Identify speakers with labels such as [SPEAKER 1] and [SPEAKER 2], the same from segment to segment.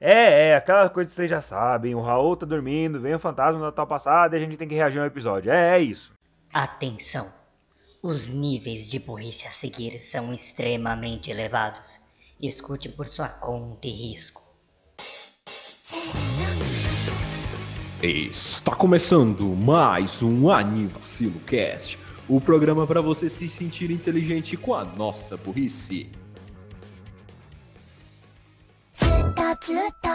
[SPEAKER 1] É, é, aquela coisa que vocês já sabem. O Raul tá dormindo, vem o fantasma do Natal passado e a gente tem que reagir ao episódio. É, é isso.
[SPEAKER 2] Atenção! Os níveis de burrice a seguir são extremamente elevados. Escute por sua conta e risco.
[SPEAKER 3] Está começando mais um Anivacilo Cast, o programa para você se sentir inteligente com a nossa burrice.
[SPEAKER 4] ずっとずっと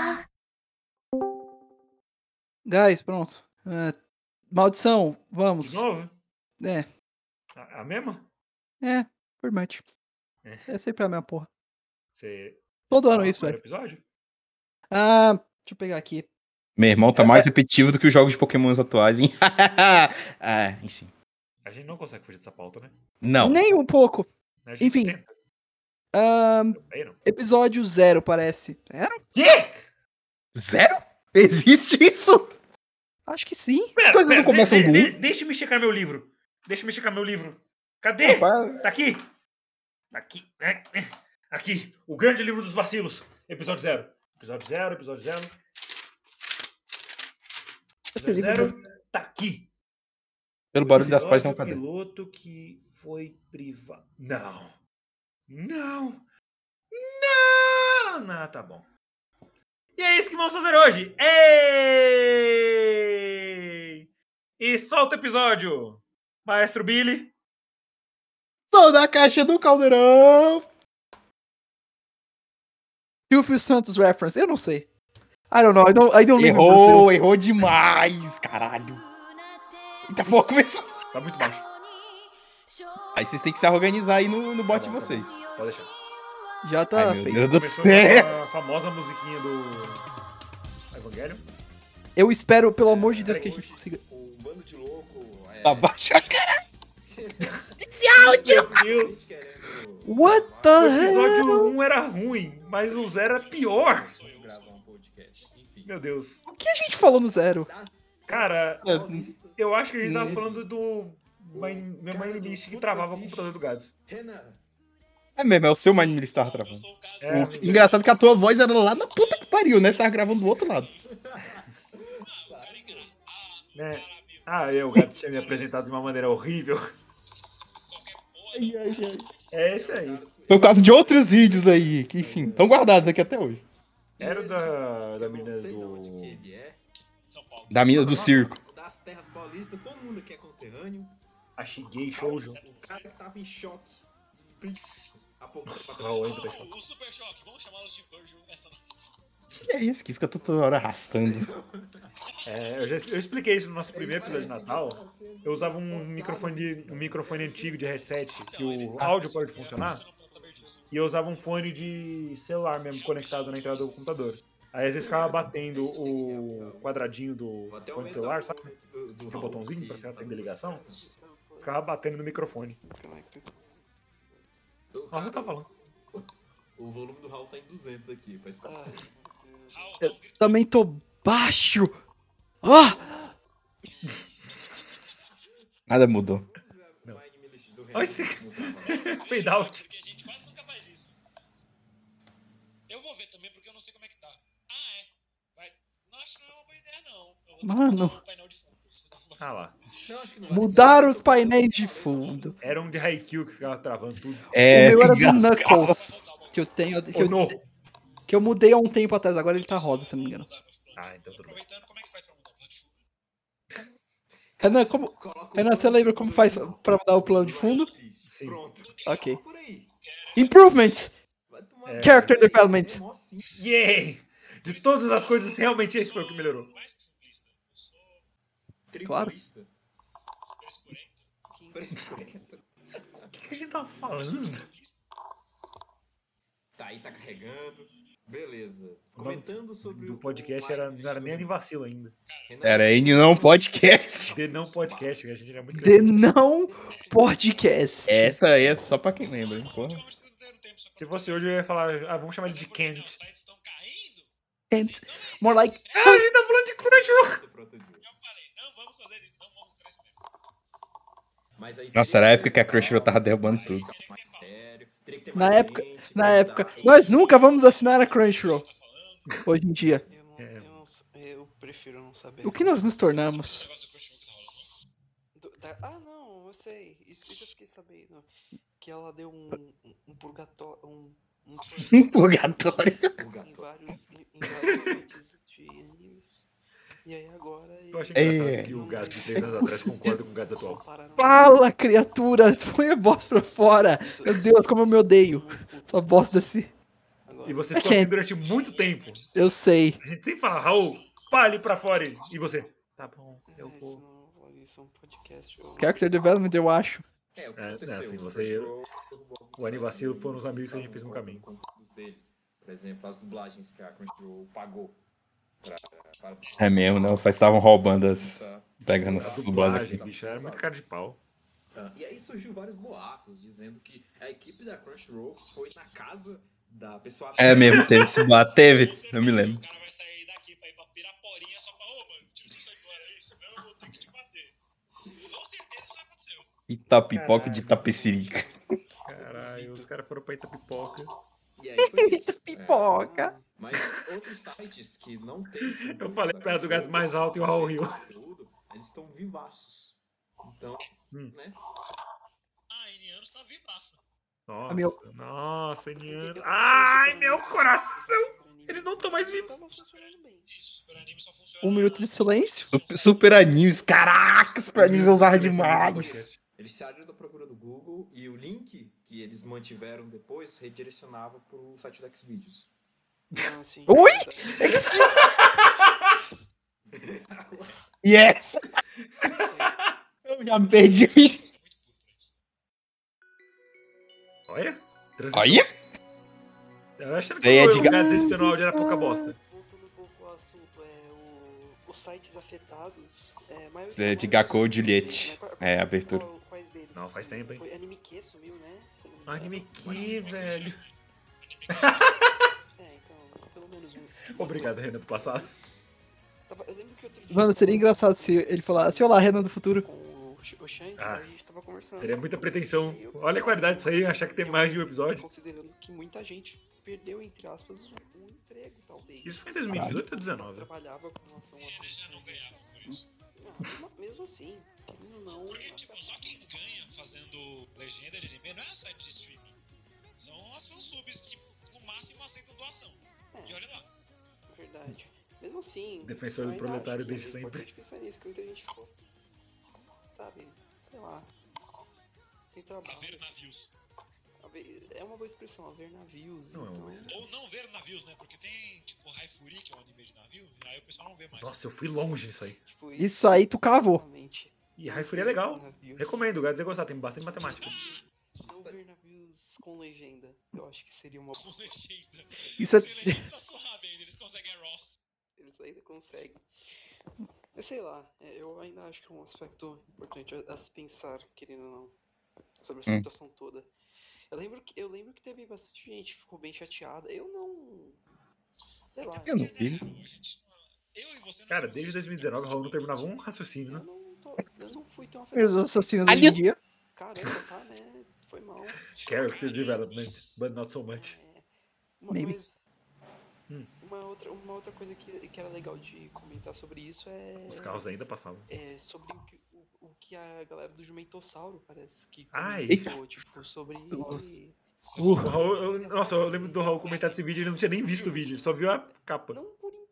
[SPEAKER 5] Guys, pronto. Ah, maldição, vamos.
[SPEAKER 6] De novo?
[SPEAKER 5] É,
[SPEAKER 6] A, a mesma?
[SPEAKER 5] é, permite.
[SPEAKER 6] É.
[SPEAKER 5] É sempre a minha porra.
[SPEAKER 6] Você.
[SPEAKER 5] Todo ano
[SPEAKER 6] fala
[SPEAKER 5] isso,
[SPEAKER 7] é.
[SPEAKER 6] sobre
[SPEAKER 5] velho.
[SPEAKER 6] o episódio?
[SPEAKER 5] Ah, deixa eu pegar aqui.
[SPEAKER 7] Meu irmão tá mais repetitivo do que os jogos de Pokémon atuais, hein? ah, enfim.
[SPEAKER 6] A gente não consegue fugir dessa pauta, né?
[SPEAKER 7] Não.
[SPEAKER 5] Nem um pouco.
[SPEAKER 6] A gente
[SPEAKER 5] Enfim.
[SPEAKER 6] tenta,
[SPEAKER 5] Ah,
[SPEAKER 6] aí não.
[SPEAKER 5] episódio zero, parece. Era?
[SPEAKER 6] Quê?
[SPEAKER 7] Zero? Existe isso?
[SPEAKER 5] Acho que sim.
[SPEAKER 6] Pera,
[SPEAKER 7] coisas não começam
[SPEAKER 6] de-
[SPEAKER 7] do um.
[SPEAKER 6] de- Deixa-me checar meu livro. Deixa-me checar meu livro. Cadê? Tá aqui. Tá aqui. É, é. Aqui. O grande livro dos vacilos. Episódio zero. Episódio zero, episódio zero. Episódio zero. Tá aqui.
[SPEAKER 7] Pelo barulho das
[SPEAKER 6] Episódio
[SPEAKER 7] páginas, não cadê?
[SPEAKER 6] piloto que foi privado. Não. Não. Não. Ah, tá bom. E é isso que vamos fazer hoje. Ei! E solta o episódio. Maestro Billy.
[SPEAKER 7] Sou da caixa do caldeirão!
[SPEAKER 5] Silvio Santos reference, eu não sei. I don't know, I don't, I don't lembro.
[SPEAKER 7] Errou, errou demais, caralho. Eita porra, começou.
[SPEAKER 6] Tá muito baixo.
[SPEAKER 7] Aí vocês têm que se organizar aí no, no bot
[SPEAKER 6] Tá
[SPEAKER 7] de
[SPEAKER 6] bom, tá
[SPEAKER 7] vocês.
[SPEAKER 6] bom. Pode deixar.
[SPEAKER 5] Já tá
[SPEAKER 7] Ai, meu
[SPEAKER 5] feito.
[SPEAKER 7] Deus do
[SPEAKER 6] Começou
[SPEAKER 7] céu.
[SPEAKER 6] com a famosa musiquinha do Evangelho.
[SPEAKER 5] Eu espero, pelo amor de Deus, que a gente consiga.
[SPEAKER 8] O bando de louco. É,
[SPEAKER 7] Abaixa Tá a cara.
[SPEAKER 6] Meu Deus.
[SPEAKER 8] querendo
[SPEAKER 5] What
[SPEAKER 6] O
[SPEAKER 5] the hell?
[SPEAKER 6] episódio 1 era ruim, mas o 0 era pior.
[SPEAKER 8] gravar um podcast. Enfim.
[SPEAKER 6] Meu Deus.
[SPEAKER 5] O que a gente falou no zero?
[SPEAKER 6] Cara, eu acho que a gente tava falando do main- meu mine list que travava o computador do Gads.
[SPEAKER 8] Renan,
[SPEAKER 7] É mesmo, é o seu mind estar travando.
[SPEAKER 6] É,
[SPEAKER 7] Engraçado que a tua voz era lá na puta que pariu, né? Você tava gravando do outro lado.
[SPEAKER 6] né? Ah, eu, o Gads tinha me apresentado de uma maneira horrível. É esse aí.
[SPEAKER 7] Foi por causa de outros vídeos aí, que enfim, estão guardados aqui até hoje.
[SPEAKER 6] Era o da, da
[SPEAKER 8] eu não
[SPEAKER 6] menina
[SPEAKER 8] sei de onde que
[SPEAKER 6] do.
[SPEAKER 8] ele é.
[SPEAKER 7] Da mina do circo.
[SPEAKER 8] Das terras paulistas, todo mundo que é conterrâneo.
[SPEAKER 6] A Shigei Shoujo.
[SPEAKER 8] O cara que tava em choque. Há pouco tempo atrás.
[SPEAKER 6] Raul entra em choque.
[SPEAKER 7] Que é isso que fica toda hora arrastando.
[SPEAKER 6] É, eu, já, eu expliquei isso no nosso primeiro
[SPEAKER 8] Ele
[SPEAKER 6] episódio de
[SPEAKER 8] parece
[SPEAKER 6] Natal.
[SPEAKER 8] que tá sendo
[SPEAKER 6] Eu usava um
[SPEAKER 8] forçado
[SPEAKER 6] microfone, de- um microfone antigo de headset
[SPEAKER 8] Então,
[SPEAKER 6] que o
[SPEAKER 8] tá
[SPEAKER 7] Ah.
[SPEAKER 6] áudio para de
[SPEAKER 8] assim, né?
[SPEAKER 6] funcionar. E eu usava um fone de celular mesmo conectado na entrada do computador. Aí às vezes ficava batendo o quadradinho do
[SPEAKER 8] é Vou até
[SPEAKER 6] fone de
[SPEAKER 8] aumentar
[SPEAKER 6] celular,
[SPEAKER 8] o
[SPEAKER 6] sabe?
[SPEAKER 8] nome do- do
[SPEAKER 6] Tem um
[SPEAKER 8] Raul
[SPEAKER 6] botãozinho
[SPEAKER 8] que
[SPEAKER 6] pra você
[SPEAKER 8] tá
[SPEAKER 6] atender ligação?
[SPEAKER 8] buscando.
[SPEAKER 6] Ficava batendo no microfone.
[SPEAKER 8] Eu-
[SPEAKER 6] Mas não tá falando.
[SPEAKER 8] O volume do Raul tá em 200 aqui, pra escutar.
[SPEAKER 5] Também tô baixo. Ah!
[SPEAKER 7] Nada mudou.
[SPEAKER 6] Não.
[SPEAKER 8] Mind Militia do
[SPEAKER 6] Olha esse
[SPEAKER 8] Renan, não tá falando.
[SPEAKER 6] Fade out.
[SPEAKER 9] Porque a gente quase nunca faz isso. Eu vou ver também, porque eu não sei como é que tá. Ah, é. Vai. Não acho que não é uma boa ideia, não. Eu vou ter que
[SPEAKER 5] Mano.
[SPEAKER 9] botar um painel de fundo, porque senão vai-
[SPEAKER 6] Ah lá.
[SPEAKER 8] Não, acho que não vai.
[SPEAKER 5] Mudaram os painéis de fundo.
[SPEAKER 6] Era um de Haikyuu que ficava travando tudo.
[SPEAKER 7] É,
[SPEAKER 5] o meu era do
[SPEAKER 7] engraçado.
[SPEAKER 5] Knuckles. Que eu tenho. É Que
[SPEAKER 6] Oh,
[SPEAKER 5] eu,
[SPEAKER 6] no.
[SPEAKER 5] que eu mudei há um tempo atrás, agora ele tá rosa, se eu não me engano.
[SPEAKER 6] Ah, então tudo bem.
[SPEAKER 9] Aproveitando, como é que faz pra mudar o plano de fundo?
[SPEAKER 5] Renan, como.
[SPEAKER 8] Coloca o
[SPEAKER 5] Renan, você lembra como faz pra mudar o plano de fundo?
[SPEAKER 6] Sim.
[SPEAKER 8] Pronto.
[SPEAKER 5] Ok.
[SPEAKER 8] Por aí.
[SPEAKER 5] Improvement!
[SPEAKER 8] Vai tomar
[SPEAKER 6] É.
[SPEAKER 8] no
[SPEAKER 5] Character
[SPEAKER 8] cu, velho.
[SPEAKER 5] development.
[SPEAKER 8] É mó simples.
[SPEAKER 6] Yay! De todas as coisas, realmente esse foi o que melhorou.
[SPEAKER 9] Mais que simplista. Eu sou
[SPEAKER 5] Claro.
[SPEAKER 8] Triculista.
[SPEAKER 9] frescurento.
[SPEAKER 8] Frescurenta.
[SPEAKER 6] O que, que a gente tava falando?
[SPEAKER 8] Tá aí, tá carregando. Beleza.
[SPEAKER 6] O
[SPEAKER 8] Comentando sobre
[SPEAKER 6] Do podcast era, não era nem Anivacilo ainda.
[SPEAKER 8] Renan,
[SPEAKER 7] Era N não é um podcast.
[SPEAKER 6] De não podcast, que a gente era muito
[SPEAKER 5] The
[SPEAKER 6] criativo.
[SPEAKER 5] Não Podcast.
[SPEAKER 7] Essa aí é só pra quem lembra, hein? Porra.
[SPEAKER 9] Ultimamente eu tô tendo tempo, só pra
[SPEAKER 6] Se
[SPEAKER 9] botar
[SPEAKER 6] fosse
[SPEAKER 9] um
[SPEAKER 6] hoje, eu ia falar, ah, vamos chamar ele
[SPEAKER 9] painel,
[SPEAKER 6] de
[SPEAKER 9] porque, né, Os
[SPEAKER 6] Kent.
[SPEAKER 9] sites estão caindo.
[SPEAKER 5] And
[SPEAKER 9] Vocês não
[SPEAKER 5] more like.
[SPEAKER 6] Ah, a gente tá falando de Crunchyroll!
[SPEAKER 8] isso pro outro dia.
[SPEAKER 9] Eu falei, não vamos fazer isso, não vamos
[SPEAKER 6] É.
[SPEAKER 9] crescer.
[SPEAKER 8] Mas aí
[SPEAKER 7] Nossa, era a época que a Crunchyroll tava derrubando tudo.
[SPEAKER 8] Mais sério, teria que ter
[SPEAKER 5] Na
[SPEAKER 8] mais
[SPEAKER 5] época-
[SPEAKER 8] gente, né,
[SPEAKER 5] Na
[SPEAKER 8] mais
[SPEAKER 5] época,
[SPEAKER 8] data.
[SPEAKER 5] nós nunca vamos assinar a Crunchyroll. hoje em dia.
[SPEAKER 10] Eu, não, eu, não sa- eu prefiro não saber.
[SPEAKER 5] O que nós nos tornamos?
[SPEAKER 9] Negócio do cachorro que tá rolando.
[SPEAKER 10] Do- da- ah, não, eu sei. Isso, isso eu fiquei sabendo. Que ela deu um, um, um purgatório. Um, um
[SPEAKER 7] Um purgatório.
[SPEAKER 10] em vários, em, em vários sites de animes. E aí agora.
[SPEAKER 6] Eu achei engraçado
[SPEAKER 7] É.
[SPEAKER 6] que o gado de 3 anos atrás concorda com o gado atual.
[SPEAKER 5] Fala, criatura! Põe a bosta pra fora!
[SPEAKER 10] é
[SPEAKER 5] Meu Deus, como eu me odeio. Essa bosta desse.
[SPEAKER 6] E você ficou assim durante muito tempo.
[SPEAKER 5] Eu sei.
[SPEAKER 6] A gente sempre fala, Raul, pare pra fora. ele. E você? Tá bom, eu vou.
[SPEAKER 10] Isso é um podcast. eu-
[SPEAKER 5] Character development, eu acho.
[SPEAKER 8] É, o que
[SPEAKER 6] É,
[SPEAKER 8] aconteceu?
[SPEAKER 6] é assim,
[SPEAKER 8] o
[SPEAKER 6] você-
[SPEAKER 8] professor-
[SPEAKER 6] o Anivacilo foram os um amigos que a gente fez no caminho.
[SPEAKER 8] Conteúdos Dele. Por exemplo, as dublagens que a Crunchyroll pagou pra, para
[SPEAKER 7] É mesmo, né? Os sites estavam roubando as.
[SPEAKER 8] essa-
[SPEAKER 7] Pegando
[SPEAKER 8] A
[SPEAKER 7] as dublagens
[SPEAKER 6] dublagem,
[SPEAKER 7] aqui.
[SPEAKER 6] bicho, era muito cara de pau.
[SPEAKER 8] E aí surgiu vários boatos dizendo que a equipe da Crunchyroll foi na casa da pessoa
[SPEAKER 7] É mesmo, teve esse boato. Teve,
[SPEAKER 9] Com certeza
[SPEAKER 7] eu me lembro.
[SPEAKER 9] O cara vai sair daqui pra ir pra Piraporinha só pra, ô mano, tira isso agora aí, senão eu vou ter que te bater. Com certeza isso aconteceu.
[SPEAKER 7] Itapipoca de Tapecirica.
[SPEAKER 6] Caralho, os caras foram pra Itapipoca.
[SPEAKER 8] E aí foi isso. É,
[SPEAKER 5] Pipoca!
[SPEAKER 8] mas outros sites que não tem. um
[SPEAKER 6] Eu falei pra ela do gato mais alto e o Raul riu.
[SPEAKER 8] Conteúdo, Eles estão vivaços. Então,
[SPEAKER 6] Hum.
[SPEAKER 8] né?
[SPEAKER 9] Ah, Enianos tá vivaça.
[SPEAKER 6] Nossa,
[SPEAKER 5] meu-
[SPEAKER 6] nossa,
[SPEAKER 10] Por que que
[SPEAKER 6] Niano.
[SPEAKER 10] eu tô
[SPEAKER 6] Ai,
[SPEAKER 10] falando
[SPEAKER 6] meu
[SPEAKER 10] isso?
[SPEAKER 6] coração! Eles não tão mais
[SPEAKER 10] Não
[SPEAKER 6] vivos.
[SPEAKER 10] tava funcionando bem.
[SPEAKER 9] Isso, super anime só funciona.
[SPEAKER 5] Um minuto de silêncio?
[SPEAKER 7] Super, super animes, caraca, super animes eu usava demais.
[SPEAKER 8] é Eles saíram da procura do Google e o link que eles mantiveram depois redirecionava pro site do Xvideos.
[SPEAKER 10] Não, assim,
[SPEAKER 5] Ui!
[SPEAKER 10] tá-
[SPEAKER 5] Excuse
[SPEAKER 7] Yes! Eu já me perdi.
[SPEAKER 9] Você é muito puro pra isso.
[SPEAKER 6] Olha, transição.
[SPEAKER 7] Olha!
[SPEAKER 6] Eu achava
[SPEAKER 7] Isso
[SPEAKER 6] que um
[SPEAKER 7] aí é de
[SPEAKER 6] o
[SPEAKER 7] gato.
[SPEAKER 6] gato editando áudio era pouca bosta.
[SPEAKER 10] Voltando um pouco ao assunto, é, o- os sites afetados. É, mas-
[SPEAKER 7] Isso é de Gakkou e Juliette.
[SPEAKER 10] Né, qual-
[SPEAKER 7] É, abertura.
[SPEAKER 10] qual- Quais deles?
[SPEAKER 6] Não, faz tempo, hein?
[SPEAKER 10] Foi Anime Q sumiu, né? Se eu não me engano.
[SPEAKER 6] Anime que, velho.
[SPEAKER 10] É, então, pelo menos um.
[SPEAKER 6] Obrigado, Renan, do passado.
[SPEAKER 10] Tava- eu lembro que outro dia.
[SPEAKER 5] Mano, seria engraçado se ele falasse: Olá, Renan do futuro.
[SPEAKER 10] Com o, Sh- o Shang,
[SPEAKER 6] Ah,
[SPEAKER 10] a gente tava conversando.
[SPEAKER 6] Seria muita pretensão.
[SPEAKER 10] E eu-
[SPEAKER 6] Olha a qualidade disso aí, achar que tem mais de um episódio.
[SPEAKER 10] Considerando que muita gente perdeu, entre aspas, o um emprego, talvez.
[SPEAKER 6] Isso foi em 2018 ou 2019?
[SPEAKER 10] Trabalhava com relação a.
[SPEAKER 9] Eles já não ganhavam por isso.
[SPEAKER 10] Não, mesmo assim, querendo ou não. é
[SPEAKER 9] Porque, tipo, só quem ganha fazendo legenda de anime não é o site de streaming. São as fansubs que, no máximo, aceitam doação. E olha lá.
[SPEAKER 10] Verdade. Mesmo assim.
[SPEAKER 6] Defensor do
[SPEAKER 10] eu ainda
[SPEAKER 6] proletário
[SPEAKER 10] acho que
[SPEAKER 6] desde
[SPEAKER 10] é
[SPEAKER 6] sempre.
[SPEAKER 10] importante pensar nisso, que muita gente ficou. Sabe? Sei lá. Sem
[SPEAKER 9] Pra
[SPEAKER 10] trabalho.
[SPEAKER 9] ver navios.
[SPEAKER 10] Talvez- É uma boa expressão, haver navios.
[SPEAKER 6] Não é uma
[SPEAKER 10] então...
[SPEAKER 6] boa
[SPEAKER 9] Ou não ver navios, né? Porque tem, tipo, Raifuri, que é um anime de navio, e aí o pessoal não vê mais.
[SPEAKER 6] Nossa, eu fui longe nisso aí.
[SPEAKER 10] Tipo,
[SPEAKER 5] Isso aí, tu cavou.
[SPEAKER 10] Exatamente.
[SPEAKER 6] E Raifuri é legal.
[SPEAKER 10] Navios.
[SPEAKER 6] Recomendo, o gato deve gostar, tem bastante matemática.
[SPEAKER 10] Não ver navios com legenda. Eu acho que seria uma.
[SPEAKER 9] Com legenda.
[SPEAKER 5] Isso é.
[SPEAKER 9] Se legenda tá suave ainda, eles conseguem raw.
[SPEAKER 10] Eles ainda conseguem. Mas sei lá, é, eu ainda acho que é um aspecto importante a, a se pensar, querendo ou não, sobre essa
[SPEAKER 7] Hum.
[SPEAKER 10] situação toda. Eu lembro, que, eu lembro que teve bastante gente que ficou bem chateada. Eu não. Sei lá.
[SPEAKER 7] Eu não vi.
[SPEAKER 9] A gente não- Eu e você não
[SPEAKER 6] Cara,
[SPEAKER 9] somos-
[SPEAKER 6] desde 2019 o Raul não terminava um raciocínio,
[SPEAKER 10] Eu
[SPEAKER 6] né?
[SPEAKER 10] não, tô, eu não fui tão
[SPEAKER 5] Meus
[SPEAKER 10] afetado.
[SPEAKER 5] assassinos hoje em dia.
[SPEAKER 10] Caramba, tá, né? Foi mal.
[SPEAKER 6] Character development, but not so much.
[SPEAKER 10] É, uma,
[SPEAKER 5] Maybe.
[SPEAKER 10] mas
[SPEAKER 6] Hum.
[SPEAKER 10] uma, outra, uma outra coisa que, que era legal de comentar sobre isso é.
[SPEAKER 6] Os carros ainda passavam.
[SPEAKER 10] é, sobre o que, o, o que a galera do Jumentossauro parece que
[SPEAKER 6] Ai.
[SPEAKER 10] comentou, tipo, sobre.
[SPEAKER 6] O Raul, eu- nossa, eu lembro do Raul comentar desse vídeo, ele não tinha nem visto o vídeo, ele só viu a capa.
[SPEAKER 10] Não por, in-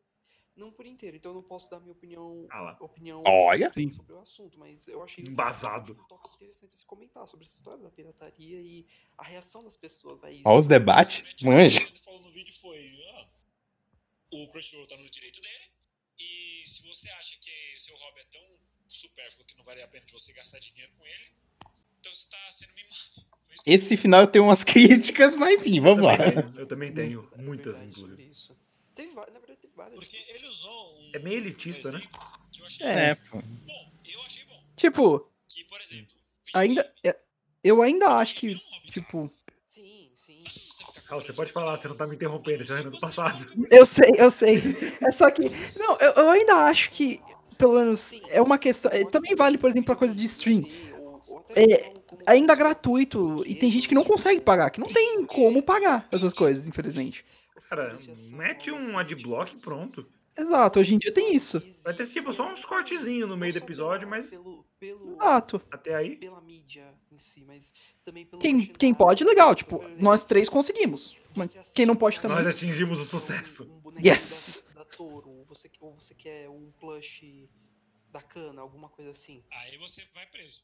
[SPEAKER 10] não por inteiro, então eu não posso dar minha opinião.
[SPEAKER 6] Ah lá.
[SPEAKER 10] opinião
[SPEAKER 7] Olha!
[SPEAKER 10] absoluta sobre o assunto, mas eu achei um-
[SPEAKER 6] Embasado.
[SPEAKER 10] um toque interessante se comentar sobre essa história da pirataria e a reação das pessoas a isso.
[SPEAKER 7] Olha os debates. Ah, Manja.
[SPEAKER 9] O que ele falou no vídeo foi: ah, o Crunchyroll tá no direito dele, e se você acha que seu hobby é tão supérfluo que não vale a pena de você gastar dinheiro com ele, então você tá sendo mimado. Foi isso que
[SPEAKER 7] Esse final eu tenho umas críticas, mas enfim,
[SPEAKER 6] Eu
[SPEAKER 7] vamos lá.
[SPEAKER 6] também tenho- Eu também tenho,
[SPEAKER 10] É
[SPEAKER 6] muitas,
[SPEAKER 10] verdade, sobre
[SPEAKER 6] inclusive.
[SPEAKER 10] Isso. Teve, va- na verdade, teve várias.
[SPEAKER 9] Porque ele usou um.
[SPEAKER 6] É meio elitista,
[SPEAKER 9] um
[SPEAKER 6] né?
[SPEAKER 9] exemplo Que eu achei
[SPEAKER 5] É.
[SPEAKER 7] pô.
[SPEAKER 9] bom. Eu achei bom.
[SPEAKER 5] Tipo,
[SPEAKER 9] Que, por exemplo.
[SPEAKER 5] ainda. é- Eu ainda acho que, tipo.
[SPEAKER 10] Sim, sim.
[SPEAKER 6] Raul, você pode falar, você não tá me interrompendo, esse é o Renan do passado.
[SPEAKER 5] Eu sei, eu sei. É só que. Não, eu, eu ainda acho que, pelo menos,
[SPEAKER 10] Sim. tipo
[SPEAKER 5] é uma questão. é,
[SPEAKER 10] Pode
[SPEAKER 5] Também
[SPEAKER 10] ser
[SPEAKER 5] vale, por exemplo, pra coisa de stream.
[SPEAKER 10] sim, ou- ou até
[SPEAKER 5] É,
[SPEAKER 10] mesmo como
[SPEAKER 5] Ainda é
[SPEAKER 10] funciona.
[SPEAKER 5] gratuito. E tem gente que não consegue pagar, que não tem como pagar essas coisas, infelizmente.
[SPEAKER 6] cara. Mete um adblock e pronto.
[SPEAKER 5] Exato, hoje em dia tem isso.
[SPEAKER 6] Vai ter tipo só uns cortezinhos no meio do episódio, mas
[SPEAKER 10] Pelo, pelo,
[SPEAKER 5] Exato.
[SPEAKER 6] até aí.
[SPEAKER 10] pela mídia em si, mas também pelo
[SPEAKER 5] Quem,
[SPEAKER 10] merchandising,
[SPEAKER 5] quem pode, legal. Tipo,
[SPEAKER 10] por exemplo,
[SPEAKER 5] nós três conseguimos. Mas
[SPEAKER 10] você
[SPEAKER 5] quem não
[SPEAKER 10] assiste
[SPEAKER 5] pode
[SPEAKER 10] um
[SPEAKER 5] também.
[SPEAKER 6] Nós
[SPEAKER 10] anime,
[SPEAKER 6] atingimos o
[SPEAKER 10] você quer um-
[SPEAKER 6] sucesso.
[SPEAKER 10] Um, bonequinho
[SPEAKER 5] Yes.
[SPEAKER 10] da, da Toro, ou você, ou você quer um plush da cana, alguma coisa assim.
[SPEAKER 9] Aí você vai preso.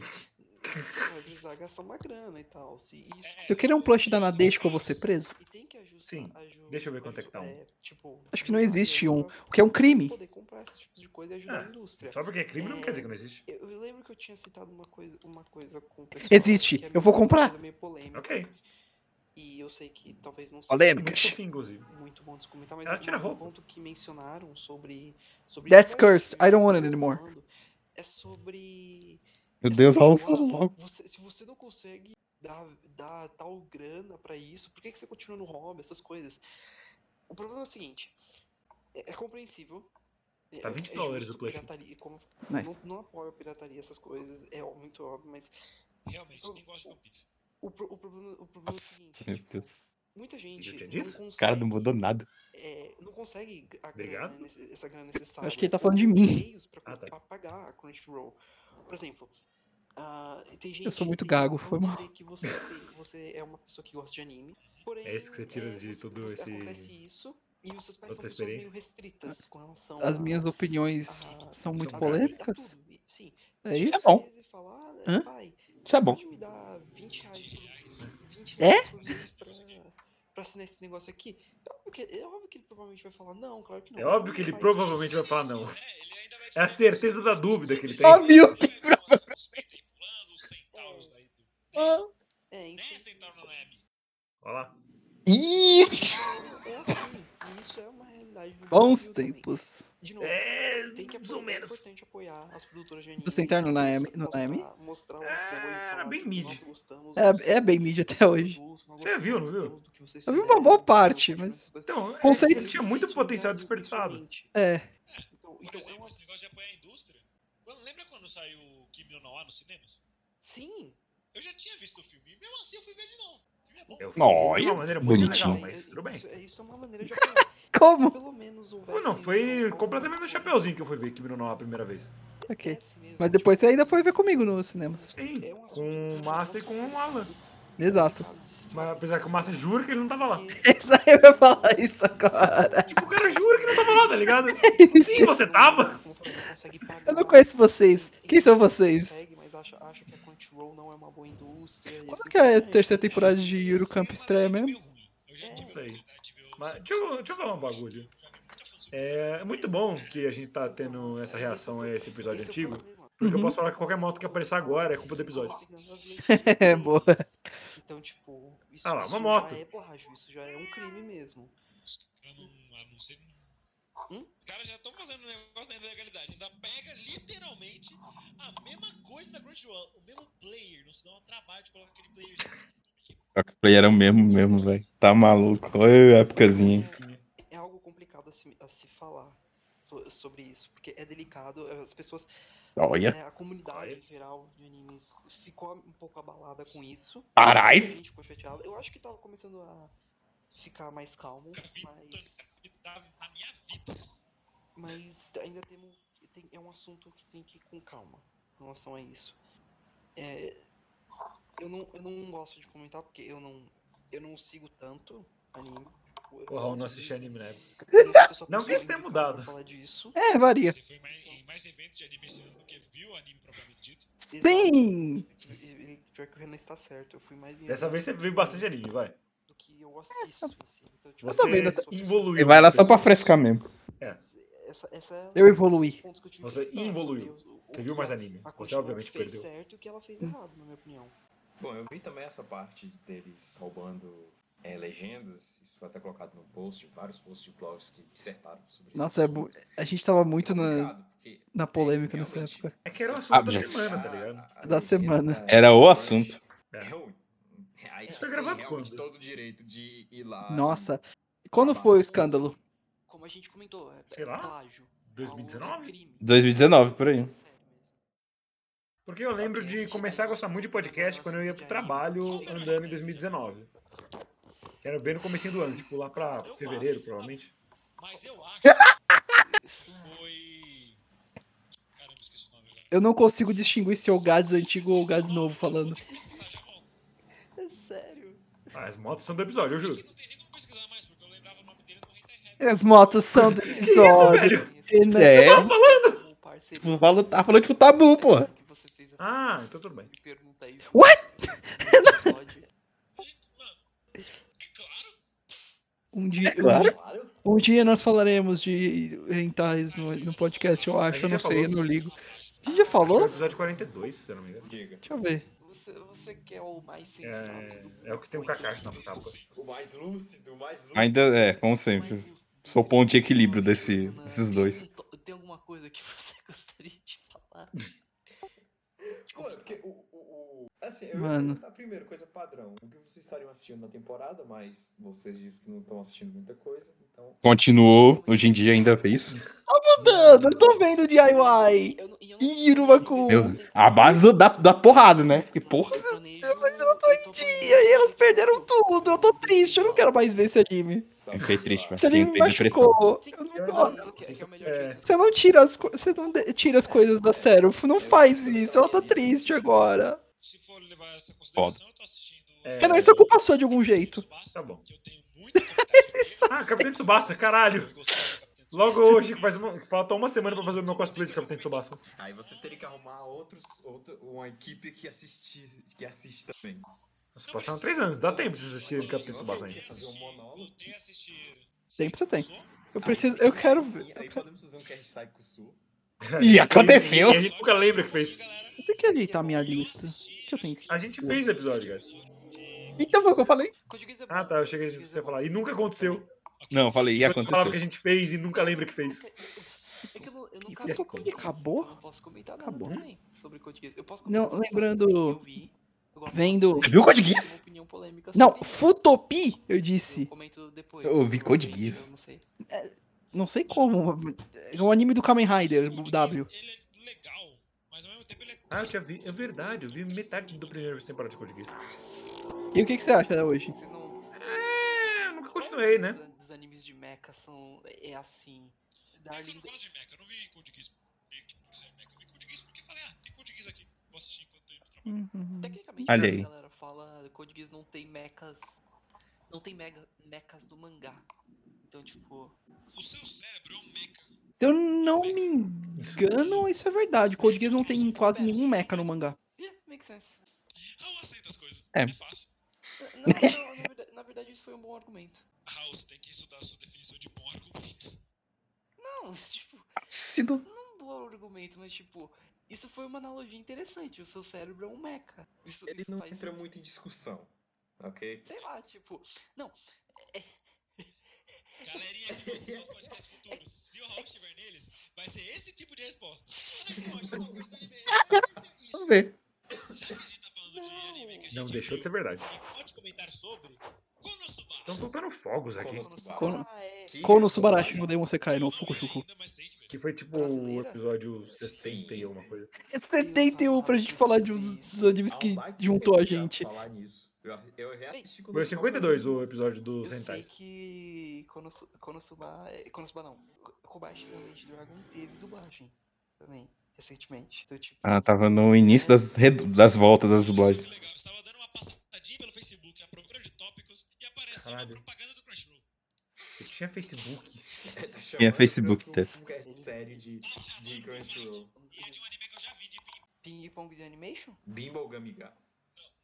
[SPEAKER 10] Você vai precisar gastar uma grana e tal. Se isso...
[SPEAKER 5] Se eu querer um plush da Nadeshiko, eu vou ser preso?
[SPEAKER 10] E tem que ajustar.
[SPEAKER 6] Sim,
[SPEAKER 10] aju-
[SPEAKER 6] deixa eu ver quanto é que tá um.
[SPEAKER 10] é, tipo,
[SPEAKER 5] Acho que não existe um.
[SPEAKER 10] pra
[SPEAKER 5] O que é um crime.
[SPEAKER 10] Poder comprar esses tipos de coisa e ajudar
[SPEAKER 6] Ah,
[SPEAKER 10] a indústria.
[SPEAKER 6] Só porque é crime não quer dizer que não existe.
[SPEAKER 10] Eu eu lembro que eu tinha citado uma coisa, uma coisa com o pessoal
[SPEAKER 5] Existe,
[SPEAKER 10] que é
[SPEAKER 5] eu vou
[SPEAKER 10] meio-
[SPEAKER 5] comprar.
[SPEAKER 10] coisa meio polêmica.
[SPEAKER 6] Ok.
[SPEAKER 10] E eu sei que talvez não seja
[SPEAKER 7] Polêmica.
[SPEAKER 6] É Muito fofinho, inclusive.
[SPEAKER 10] muito bom de se comentar, mas
[SPEAKER 6] Ela
[SPEAKER 10] um-
[SPEAKER 6] tira a
[SPEAKER 10] um
[SPEAKER 6] roupa.
[SPEAKER 10] ponto que mencionaram sobre. sobre
[SPEAKER 5] That's cursed.
[SPEAKER 10] diversos
[SPEAKER 5] I don't
[SPEAKER 10] filmes
[SPEAKER 5] want
[SPEAKER 10] que
[SPEAKER 5] it
[SPEAKER 10] vocês estão
[SPEAKER 5] anymore.
[SPEAKER 10] falando, É sobre.
[SPEAKER 7] Meu
[SPEAKER 10] é
[SPEAKER 7] Deus,
[SPEAKER 10] sobre
[SPEAKER 7] Raul
[SPEAKER 10] moral.
[SPEAKER 7] falou logo.
[SPEAKER 10] Você- se você não consegue dar, dar tal grana pra isso, por que, que você continua no hobby, essas coisas? O problema é o seguinte: é, é compreensível. É,
[SPEAKER 6] Tá
[SPEAKER 10] é-
[SPEAKER 6] 20
[SPEAKER 10] é
[SPEAKER 6] dólares
[SPEAKER 10] justo,
[SPEAKER 6] o plush.
[SPEAKER 10] pirataria, como-
[SPEAKER 5] Nice.
[SPEAKER 10] não, não apoio a pirataria, essas coisas, é muito óbvio, mas
[SPEAKER 9] Realmente, nem gosto de One Piece.
[SPEAKER 10] o, pro- o problema, o problema é o
[SPEAKER 7] Nossa,
[SPEAKER 10] seguinte:
[SPEAKER 7] meu
[SPEAKER 10] tipo,
[SPEAKER 7] Deus.
[SPEAKER 10] muita gente
[SPEAKER 6] Eu tinha
[SPEAKER 10] não
[SPEAKER 6] dito?
[SPEAKER 10] consegue.
[SPEAKER 7] O cara não mudou nada.
[SPEAKER 10] é, não consegue a
[SPEAKER 6] Obrigado.
[SPEAKER 10] grana, nesse- essa grana necessária.
[SPEAKER 5] Acho que ele tá
[SPEAKER 10] ou
[SPEAKER 5] falando de mim.
[SPEAKER 10] meios Pra,
[SPEAKER 6] Ah, tá.
[SPEAKER 10] pra pagar a Crunchyroll. Por exemplo, ah, tem gente.
[SPEAKER 5] Eu sou muito
[SPEAKER 10] tem-
[SPEAKER 5] gago,
[SPEAKER 10] vamos
[SPEAKER 5] foi mal.
[SPEAKER 10] dizer que você, tem- você é uma pessoa que gosta de anime. Porém,
[SPEAKER 6] É isso que você tira de
[SPEAKER 10] você-
[SPEAKER 6] todo
[SPEAKER 10] você-
[SPEAKER 6] esse-
[SPEAKER 10] Acontece isso. E os seus pais são
[SPEAKER 6] outra
[SPEAKER 10] pessoas meio
[SPEAKER 6] experiência?
[SPEAKER 10] restritas com relação
[SPEAKER 5] As
[SPEAKER 10] a-
[SPEAKER 5] minhas opiniões
[SPEAKER 10] a-
[SPEAKER 5] são
[SPEAKER 10] a-
[SPEAKER 5] muito
[SPEAKER 10] a-
[SPEAKER 5] polêmicas.
[SPEAKER 10] a tudo, e- Sim.
[SPEAKER 5] É
[SPEAKER 10] Se
[SPEAKER 5] isso?
[SPEAKER 10] você
[SPEAKER 7] Isso é bom.
[SPEAKER 10] quiser falar, né,
[SPEAKER 5] Hã?
[SPEAKER 10] pai,
[SPEAKER 7] Isso é bom.
[SPEAKER 10] Pode me dar 20 reais por mês, 20
[SPEAKER 5] É?
[SPEAKER 10] reais por mês pra, pra assinar esse negócio aqui? É óbvio, que, é óbvio que ele provavelmente vai falar não, claro que não.
[SPEAKER 6] É óbvio que ele
[SPEAKER 10] Mas-
[SPEAKER 6] provavelmente vai falar não.
[SPEAKER 9] É, ele ainda vai
[SPEAKER 6] É a certeza da dúvida que ele tem.
[SPEAKER 5] Óbvio que
[SPEAKER 9] Pulando os centauros aí.
[SPEAKER 10] É, enfim,
[SPEAKER 9] Né, centauro não é amigo.
[SPEAKER 6] Olha lá.
[SPEAKER 7] Ih!
[SPEAKER 10] é assim. e Isso é uma realidade. do
[SPEAKER 5] Bons
[SPEAKER 10] Brasil também.
[SPEAKER 5] tempos.
[SPEAKER 10] De novo,
[SPEAKER 6] É,
[SPEAKER 10] tem que
[SPEAKER 6] mais ou
[SPEAKER 10] apoiar, é
[SPEAKER 6] menos.
[SPEAKER 10] importante apoiar as produtoras de anime.
[SPEAKER 5] Você interno na AMI? No
[SPEAKER 10] mostrar,
[SPEAKER 5] AMI?
[SPEAKER 10] mostrar o
[SPEAKER 6] É,
[SPEAKER 10] apoio,
[SPEAKER 6] era
[SPEAKER 10] falar,
[SPEAKER 6] bem
[SPEAKER 10] tipo,
[SPEAKER 6] mídia.
[SPEAKER 10] nós gostamos,
[SPEAKER 5] É-
[SPEAKER 10] nós
[SPEAKER 5] é bem mídia até
[SPEAKER 10] gostamos
[SPEAKER 5] hoje.
[SPEAKER 10] do produto, nós
[SPEAKER 6] Você viu, não
[SPEAKER 10] gostamos
[SPEAKER 6] viu?
[SPEAKER 10] do que vocês
[SPEAKER 5] Eu vi uma
[SPEAKER 10] fizeram,
[SPEAKER 5] boa
[SPEAKER 10] nós
[SPEAKER 5] parte,
[SPEAKER 10] gostamos
[SPEAKER 5] mas-
[SPEAKER 10] dessas coisas.
[SPEAKER 6] Então, é,
[SPEAKER 5] Conceitos-
[SPEAKER 6] ele tinha muito
[SPEAKER 10] Difícil no
[SPEAKER 6] potencial
[SPEAKER 10] Brasil,
[SPEAKER 6] desperdiçado.
[SPEAKER 10] principalmente.
[SPEAKER 5] É.
[SPEAKER 10] Então,
[SPEAKER 9] Por
[SPEAKER 10] então é
[SPEAKER 9] exemplo,
[SPEAKER 10] uma-
[SPEAKER 9] esse um negócio de apoiar a indústria. Quando- lembra quando saiu o Kimi no Na nos cinemas?
[SPEAKER 10] Sim,
[SPEAKER 9] Eu já tinha visto o filme, e mesmo assim eu fui ver de novo. O filme é bom.
[SPEAKER 6] Eu
[SPEAKER 7] Olha,
[SPEAKER 6] de uma maneira muito
[SPEAKER 7] bonitinho.
[SPEAKER 6] legal, mas tudo bem.
[SPEAKER 10] é Isso, isso é uma maneira de apoiar. Se
[SPEAKER 5] Como?
[SPEAKER 10] pelo menos
[SPEAKER 6] Ou
[SPEAKER 10] houvesse
[SPEAKER 6] não, foi
[SPEAKER 10] um-
[SPEAKER 6] completamente no chapeuzinho que eu fui ver Kimi no Na a primeira vez.
[SPEAKER 10] É
[SPEAKER 5] Ok.
[SPEAKER 10] assim mesmo,
[SPEAKER 5] Mas
[SPEAKER 10] tipo,
[SPEAKER 5] depois você ainda foi né? ver comigo nos cinemas.
[SPEAKER 6] Sim,
[SPEAKER 10] é um assunto
[SPEAKER 6] com o
[SPEAKER 10] que-
[SPEAKER 6] Massa e com o Alan.
[SPEAKER 5] Exato. É
[SPEAKER 6] Mas apesar que o Massa jura que ele não tava lá.
[SPEAKER 5] Exato, eu ia falar isso agora.
[SPEAKER 6] Tipo, o cara jura que não tava lá, tá ligado? Sim, você tava.
[SPEAKER 5] Eu não conheço vocês. Quem são vocês?
[SPEAKER 10] Consegue, mas acha, acha que a Crunchyroll não é uma boa indústria. e
[SPEAKER 5] Quando
[SPEAKER 10] assim
[SPEAKER 5] que é a
[SPEAKER 10] por diante.
[SPEAKER 5] terceira temporada de Yuru Camp estreia mesmo?
[SPEAKER 9] Eu já
[SPEAKER 10] É.
[SPEAKER 9] tive
[SPEAKER 6] Isso aí.
[SPEAKER 9] a oportunidade de ver o
[SPEAKER 6] Mas
[SPEAKER 9] Santos
[SPEAKER 6] deixa eu-
[SPEAKER 9] Santos.
[SPEAKER 6] deixa eu falar um bagulho.
[SPEAKER 9] Já vi muita fã sobre isso.
[SPEAKER 6] É muito bom que a gente tá tendo essa reação a esse episódio
[SPEAKER 10] é Esse é o
[SPEAKER 6] antigo.
[SPEAKER 10] problema.
[SPEAKER 6] Porque eu
[SPEAKER 5] Uhum.
[SPEAKER 6] posso falar que qualquer moto que aparecer agora é culpa do episódio.
[SPEAKER 5] É, boa.
[SPEAKER 10] Então, tipo, isso,
[SPEAKER 6] Ah lá, uma
[SPEAKER 10] isso
[SPEAKER 6] moto.
[SPEAKER 10] já é plágio, isso já é um crime mesmo.
[SPEAKER 9] Eu não, eu não sei.
[SPEAKER 10] Hum?
[SPEAKER 9] Os caras já estão fazendo um negócio da ilegalidade. Ainda pega literalmente a mesma coisa da Crunchyroll. O mesmo player. Não se dá um trabalho de colocar aquele player.
[SPEAKER 7] Pior que o player é o mesmo mesmo, velho. Tá maluco. Olha a épocazinha.
[SPEAKER 10] é algo complicado a se, a se falar so- sobre isso, porque é delicado, as pessoas,
[SPEAKER 7] Olha.
[SPEAKER 10] né, a comunidade em geral de animes ficou um pouco abalada com isso.
[SPEAKER 7] Carai!
[SPEAKER 10] Muita gente ficou chateada. Eu acho que tava começando a ficar mais calmo, mas,
[SPEAKER 9] E dá na minha vida.
[SPEAKER 10] mas ainda temos, tem- é um assunto que tem que ir com calma em relação a isso. É, eu, não, eu não gosto de comentar porque eu não, eu não sigo tanto anime. Eu
[SPEAKER 6] O Raul
[SPEAKER 10] gosto
[SPEAKER 6] não assiste
[SPEAKER 10] disso,
[SPEAKER 6] anime,
[SPEAKER 10] mas
[SPEAKER 6] né?
[SPEAKER 10] eu Não, sei se eu sou a
[SPEAKER 6] Não que
[SPEAKER 10] pessoa
[SPEAKER 6] isso tenha
[SPEAKER 10] indicada pra
[SPEAKER 6] mudado.
[SPEAKER 10] Falar disso.
[SPEAKER 5] É, varia.
[SPEAKER 9] Você foi mais- em mais eventos de anime esse ano do que viu o anime propriamente dito.
[SPEAKER 5] Sim!
[SPEAKER 10] Exato. E- e- Pior que o Renan está certo, eu fui mais em
[SPEAKER 6] Dessa
[SPEAKER 10] evento
[SPEAKER 6] vez você viu bastante anime, vai.
[SPEAKER 10] do que eu assisto. em si. Então, tipo,
[SPEAKER 6] Você tá
[SPEAKER 5] tô vendo até-
[SPEAKER 6] evoluiu.
[SPEAKER 7] Ele vai lá só pra
[SPEAKER 6] pessoal.
[SPEAKER 7] frescar mesmo.
[SPEAKER 10] Essa, essa é
[SPEAKER 5] Eu
[SPEAKER 10] um dos
[SPEAKER 5] evoluí.
[SPEAKER 10] pontos que eu tive
[SPEAKER 6] Você
[SPEAKER 10] que citar,
[SPEAKER 6] evoluiu.
[SPEAKER 10] sobre o- o
[SPEAKER 6] Você viu
[SPEAKER 10] que
[SPEAKER 6] mais
[SPEAKER 10] a-
[SPEAKER 6] anime.
[SPEAKER 10] A
[SPEAKER 6] Você
[SPEAKER 10] Crunchyroll
[SPEAKER 6] obviamente
[SPEAKER 10] fez
[SPEAKER 6] perdeu.
[SPEAKER 10] certo e o que ela fez errado, na minha opinião.
[SPEAKER 8] Bom, eu vi também essa parte deles roubando é, legendas. Isso foi até colocado no post, vários posts de blogs que dissertaram sobre isso.
[SPEAKER 5] Nossa, é bu- a gente tava muito na, na
[SPEAKER 8] é,
[SPEAKER 5] polêmica nessa época.
[SPEAKER 6] É que era o assunto
[SPEAKER 7] Ah,
[SPEAKER 6] da
[SPEAKER 7] gente.
[SPEAKER 6] semana, tá ligado?
[SPEAKER 8] Ah,
[SPEAKER 5] Da semana.
[SPEAKER 7] Era o assunto.
[SPEAKER 8] É ruim. Aí
[SPEAKER 10] Isso
[SPEAKER 8] você tem
[SPEAKER 6] Tá gravado
[SPEAKER 8] realmente
[SPEAKER 6] quando?
[SPEAKER 8] todo o direito de ir lá.
[SPEAKER 5] Nossa, quando foi o escândalo?
[SPEAKER 10] Como a gente comentou, é,
[SPEAKER 6] Sei
[SPEAKER 10] é
[SPEAKER 6] lá,
[SPEAKER 10] plágio. Algo é
[SPEAKER 6] 2019?
[SPEAKER 10] crime.
[SPEAKER 7] 2019, por aí.
[SPEAKER 10] Sério mesmo.
[SPEAKER 6] Porque eu lembro de começar a gostar muito de podcast quando eu ia pro trabalho andando em 2019. Que Era bem no comecinho do ano, tipo lá pra fevereiro, provavelmente.
[SPEAKER 9] Mas eu acho que foi. Caramba, esqueci o nome agora.
[SPEAKER 5] Eu não consigo distinguir se é o Gads antigo ou o Gads novo falando.
[SPEAKER 9] Pesquisar, já volto.
[SPEAKER 10] É sério.
[SPEAKER 6] Ah, as motos são do episódio, eu juro.
[SPEAKER 9] Não tem nem como pesquisar mais, porque eu lembrava o nome dele do Hater Heavy.
[SPEAKER 5] As motos são do episódio. E não-
[SPEAKER 7] É.
[SPEAKER 10] falando?
[SPEAKER 7] Tipo, fala- Tá falando de tabu, pô.
[SPEAKER 6] Ah, então tudo bem.
[SPEAKER 10] Me pergunta isso.
[SPEAKER 5] What?
[SPEAKER 10] no episódio.
[SPEAKER 9] É claro!
[SPEAKER 5] Um dia,
[SPEAKER 7] claro.
[SPEAKER 8] Claro.
[SPEAKER 5] um dia nós falaremos de rentais no, no podcast, eu acho, eu
[SPEAKER 6] Aí
[SPEAKER 5] não
[SPEAKER 6] você
[SPEAKER 5] sei, eu
[SPEAKER 6] falou.
[SPEAKER 5] não ligo. A
[SPEAKER 6] Acho
[SPEAKER 5] gente já
[SPEAKER 6] que é o
[SPEAKER 5] falou?
[SPEAKER 6] episódio 42, se eu não me engano.
[SPEAKER 8] Diga.
[SPEAKER 5] Deixa eu ver.
[SPEAKER 10] Você, você quer o mais sensato do assim.
[SPEAKER 6] É o que tem um cacaxo na tábua.
[SPEAKER 8] O mais lúcido, o mais lúcido.
[SPEAKER 7] Ainda é, como sempre. Sou o ponto de equilíbrio desse- desses dois.
[SPEAKER 10] Tem, um to- tem alguma coisa que você gostaria de falar? Tipo,
[SPEAKER 8] Pô, é porque o. o- o- Assim, eu
[SPEAKER 5] Mano.
[SPEAKER 8] ia perguntar primeiro, coisa padrão. O que vocês estariam assistindo na temporada, mas vocês dizem que não estão assistindo muita coisa, então.
[SPEAKER 7] Continuou, hoje em dia ainda vê isso.
[SPEAKER 5] Mano, eu tô vendo DIY!
[SPEAKER 10] Eu não- e eu não-
[SPEAKER 5] Irumaku!
[SPEAKER 7] Meu, a base do- da, da porrada, né? Que porra.
[SPEAKER 10] Eu planejo-
[SPEAKER 5] Mas eu tô em
[SPEAKER 10] tô
[SPEAKER 5] dia e elas perderam tudo, eu tô triste, eu não quero mais ver esse anime.
[SPEAKER 7] Eu fiquei triste, mas
[SPEAKER 5] Esse
[SPEAKER 7] fiquei
[SPEAKER 5] anime me
[SPEAKER 7] me impressão.
[SPEAKER 5] machucou,
[SPEAKER 10] Sim,
[SPEAKER 5] eu não
[SPEAKER 10] eu
[SPEAKER 5] gosto.
[SPEAKER 10] acho que é o melhor
[SPEAKER 6] É.
[SPEAKER 10] jeito.
[SPEAKER 5] Você não tira as, co- você não de- tira as coisas da Seraph, não faz isso, ela tá triste agora.
[SPEAKER 9] Se for levar essa consideração, eu tô assistindo.
[SPEAKER 6] É,
[SPEAKER 5] É, não, isso é culpa sua de algum jeito. é
[SPEAKER 6] Tá bom.
[SPEAKER 9] Que eu tenho muita contato com ele.
[SPEAKER 6] Ah, Capitão Tsubasa, caralho.
[SPEAKER 9] Eu gostava do Capitão Tsubasa.
[SPEAKER 6] Logo hoje, que faz uma- falta uma semana pra fazer o meu cosplay de Capitão Tsubasa.
[SPEAKER 8] Aí você teria que arrumar outros, outra, uma equipe que assiste, que assiste também.
[SPEAKER 6] Nossa, passaram três anos, dá tempo de assistir Capitão Tsubasa ainda.
[SPEAKER 8] Fazer um monólogo.
[SPEAKER 9] Voltei a assistir.
[SPEAKER 5] Sempre você tem.
[SPEAKER 9] Sou?
[SPEAKER 5] Eu preciso, eu quero ver.
[SPEAKER 8] Sim, aí podemos fazer um cast Psycho Sul.
[SPEAKER 7] Ih, aconteceu!
[SPEAKER 6] E a gente nunca lembra que fez.
[SPEAKER 9] Galera,
[SPEAKER 5] Eu tenho que ajeitar minha lista. que eu tenho que
[SPEAKER 6] A gente fez episódio,
[SPEAKER 9] é
[SPEAKER 6] guys.
[SPEAKER 5] Então foi o que eu falei.
[SPEAKER 10] Código Geass é
[SPEAKER 6] Ah,
[SPEAKER 10] bom,
[SPEAKER 6] tá, eu cheguei
[SPEAKER 10] Código
[SPEAKER 6] de
[SPEAKER 10] Geass
[SPEAKER 6] você
[SPEAKER 10] é bom.
[SPEAKER 6] falar. E nunca aconteceu.
[SPEAKER 7] Não, falei, e
[SPEAKER 6] Você falava que a
[SPEAKER 7] aconteceu?
[SPEAKER 6] gente fez e nunca lembra que fez.
[SPEAKER 10] É que eu, não- eu nunca
[SPEAKER 6] fica
[SPEAKER 10] vi
[SPEAKER 6] como?
[SPEAKER 10] Code Geass,
[SPEAKER 5] Acabou?
[SPEAKER 10] então Eu não posso comentar nada
[SPEAKER 5] Acabou?
[SPEAKER 10] também sobre Code Geass. Eu posso
[SPEAKER 5] Não,
[SPEAKER 10] comentar sobre essa
[SPEAKER 5] lembrando-
[SPEAKER 10] série, eu vi, eu gosto
[SPEAKER 5] vendo-
[SPEAKER 10] bastante,
[SPEAKER 7] Viu Code
[SPEAKER 10] eu tenho
[SPEAKER 7] Geass?
[SPEAKER 10] uma opinião polêmica
[SPEAKER 5] Não,
[SPEAKER 10] sobre isso.
[SPEAKER 5] Futopi, eu
[SPEAKER 10] Eu
[SPEAKER 5] disse.
[SPEAKER 10] comento depois.
[SPEAKER 7] Eu vi Code
[SPEAKER 10] provavelmente,
[SPEAKER 7] Geass.
[SPEAKER 10] eu não sei.
[SPEAKER 5] Não sei como. É um anime do Kamen Rider,
[SPEAKER 9] Code
[SPEAKER 5] o
[SPEAKER 9] Geass,
[SPEAKER 5] W.
[SPEAKER 9] Ele é legal, mas ao mesmo tempo ele é.
[SPEAKER 6] Ah, eu já vi. É verdade, eu vi metade do primeiro temporada de Code Geass.
[SPEAKER 5] E o que, que você acha hoje?
[SPEAKER 10] Você não-
[SPEAKER 6] É, nunca continuei, né?
[SPEAKER 10] Dos, dos animes de mecha são... É assim...
[SPEAKER 9] É que eu
[SPEAKER 10] Darling...
[SPEAKER 9] não gosto de Mecha, eu não vi Code Geass por ser Mecha. Eu vi Code Geass porque eu falei, ah, tem Code Geass aqui, vou assistir enquanto eu tô indo pro trabalho.
[SPEAKER 10] Tecnicamente,
[SPEAKER 7] Olha
[SPEAKER 10] né,
[SPEAKER 7] aí.
[SPEAKER 10] a galera fala Code Geass não tem mechas... Não tem mega, mechas do mangá. Então, tipo...
[SPEAKER 9] O seu cérebro é um Mecha.
[SPEAKER 5] Se eu não me engano, isso é verdade. Code Geass não tem quase nenhum mecha no mangá.
[SPEAKER 10] Yeah, makes sense.
[SPEAKER 9] Raul aceita as coisas,
[SPEAKER 7] É.
[SPEAKER 9] é, fácil.
[SPEAKER 10] Não, não, na, verdade, na verdade, isso foi um bom argumento.
[SPEAKER 9] Raul, você tem que estudar a sua definição de bom argumento.
[SPEAKER 10] Não, tipo...
[SPEAKER 7] Sido.
[SPEAKER 10] um bom argumento, mas tipo, isso foi uma analogia interessante. O seu cérebro é um meca. Isso,
[SPEAKER 8] Ele
[SPEAKER 10] isso
[SPEAKER 8] não
[SPEAKER 10] faz
[SPEAKER 8] entra muito em discussão, ok?
[SPEAKER 10] Sei lá, tipo. Não,
[SPEAKER 9] Galerinha, que vão assistir os podcasts futuros, se o Raul estiver neles, vai ser esse tipo de resposta. Olha, eu acho que eu não gosto de anime. Isso,
[SPEAKER 7] Vamos ver.
[SPEAKER 9] já que a gente tá falando de anime que a gente
[SPEAKER 6] Não deixou de
[SPEAKER 9] viu
[SPEAKER 6] ser verdade.
[SPEAKER 9] e pode comentar sobre, Konosuba.
[SPEAKER 6] Estão soltando fogos aqui.
[SPEAKER 8] Konosuba.
[SPEAKER 5] Quando-
[SPEAKER 10] ah, é.
[SPEAKER 8] Que-
[SPEAKER 5] Kono Subarashi no Demon Sekai no Fukushuku.
[SPEAKER 9] é Ainda, mas tem que ver.
[SPEAKER 6] Que foi tipo o episódio 60 e alguma coisa.
[SPEAKER 5] É 71 pra gente falar de uns dos animes
[SPEAKER 8] Ah,
[SPEAKER 5] que
[SPEAKER 8] vai que
[SPEAKER 5] juntou a
[SPEAKER 8] eu ia
[SPEAKER 5] gente.
[SPEAKER 8] Falar nisso. Eu, eu reassisti
[SPEAKER 6] Foi
[SPEAKER 8] Konosuba
[SPEAKER 6] o 52
[SPEAKER 8] pra mim.
[SPEAKER 6] o episódio
[SPEAKER 10] Eu
[SPEAKER 6] dos
[SPEAKER 10] sei
[SPEAKER 6] rentais.
[SPEAKER 10] que Konosu- Konosuba. é, Konosuba não. Ko- Kobashi Sunlight Dragon teve dublagem também, recentemente. Então, tipo.
[SPEAKER 7] Ah, tava no início das, redu- das voltas das
[SPEAKER 9] Olha só
[SPEAKER 7] dublagens.
[SPEAKER 9] que é legal, eu estava dando uma passadinha pelo Facebook, a procura de tópicos, e apareceu
[SPEAKER 6] Caralho.
[SPEAKER 9] uma propaganda do Crunchyroll.
[SPEAKER 6] Ele tinha Facebook.
[SPEAKER 8] Tá chamando
[SPEAKER 7] é Facebook,
[SPEAKER 8] pra um-
[SPEAKER 7] tá?
[SPEAKER 8] um cast sério de, de
[SPEAKER 10] tipo,
[SPEAKER 8] Crunchyroll.
[SPEAKER 9] E é de um anime que eu já vi de Ping
[SPEAKER 10] Ping Pong de Animation?
[SPEAKER 8] Bimbo Gamiga.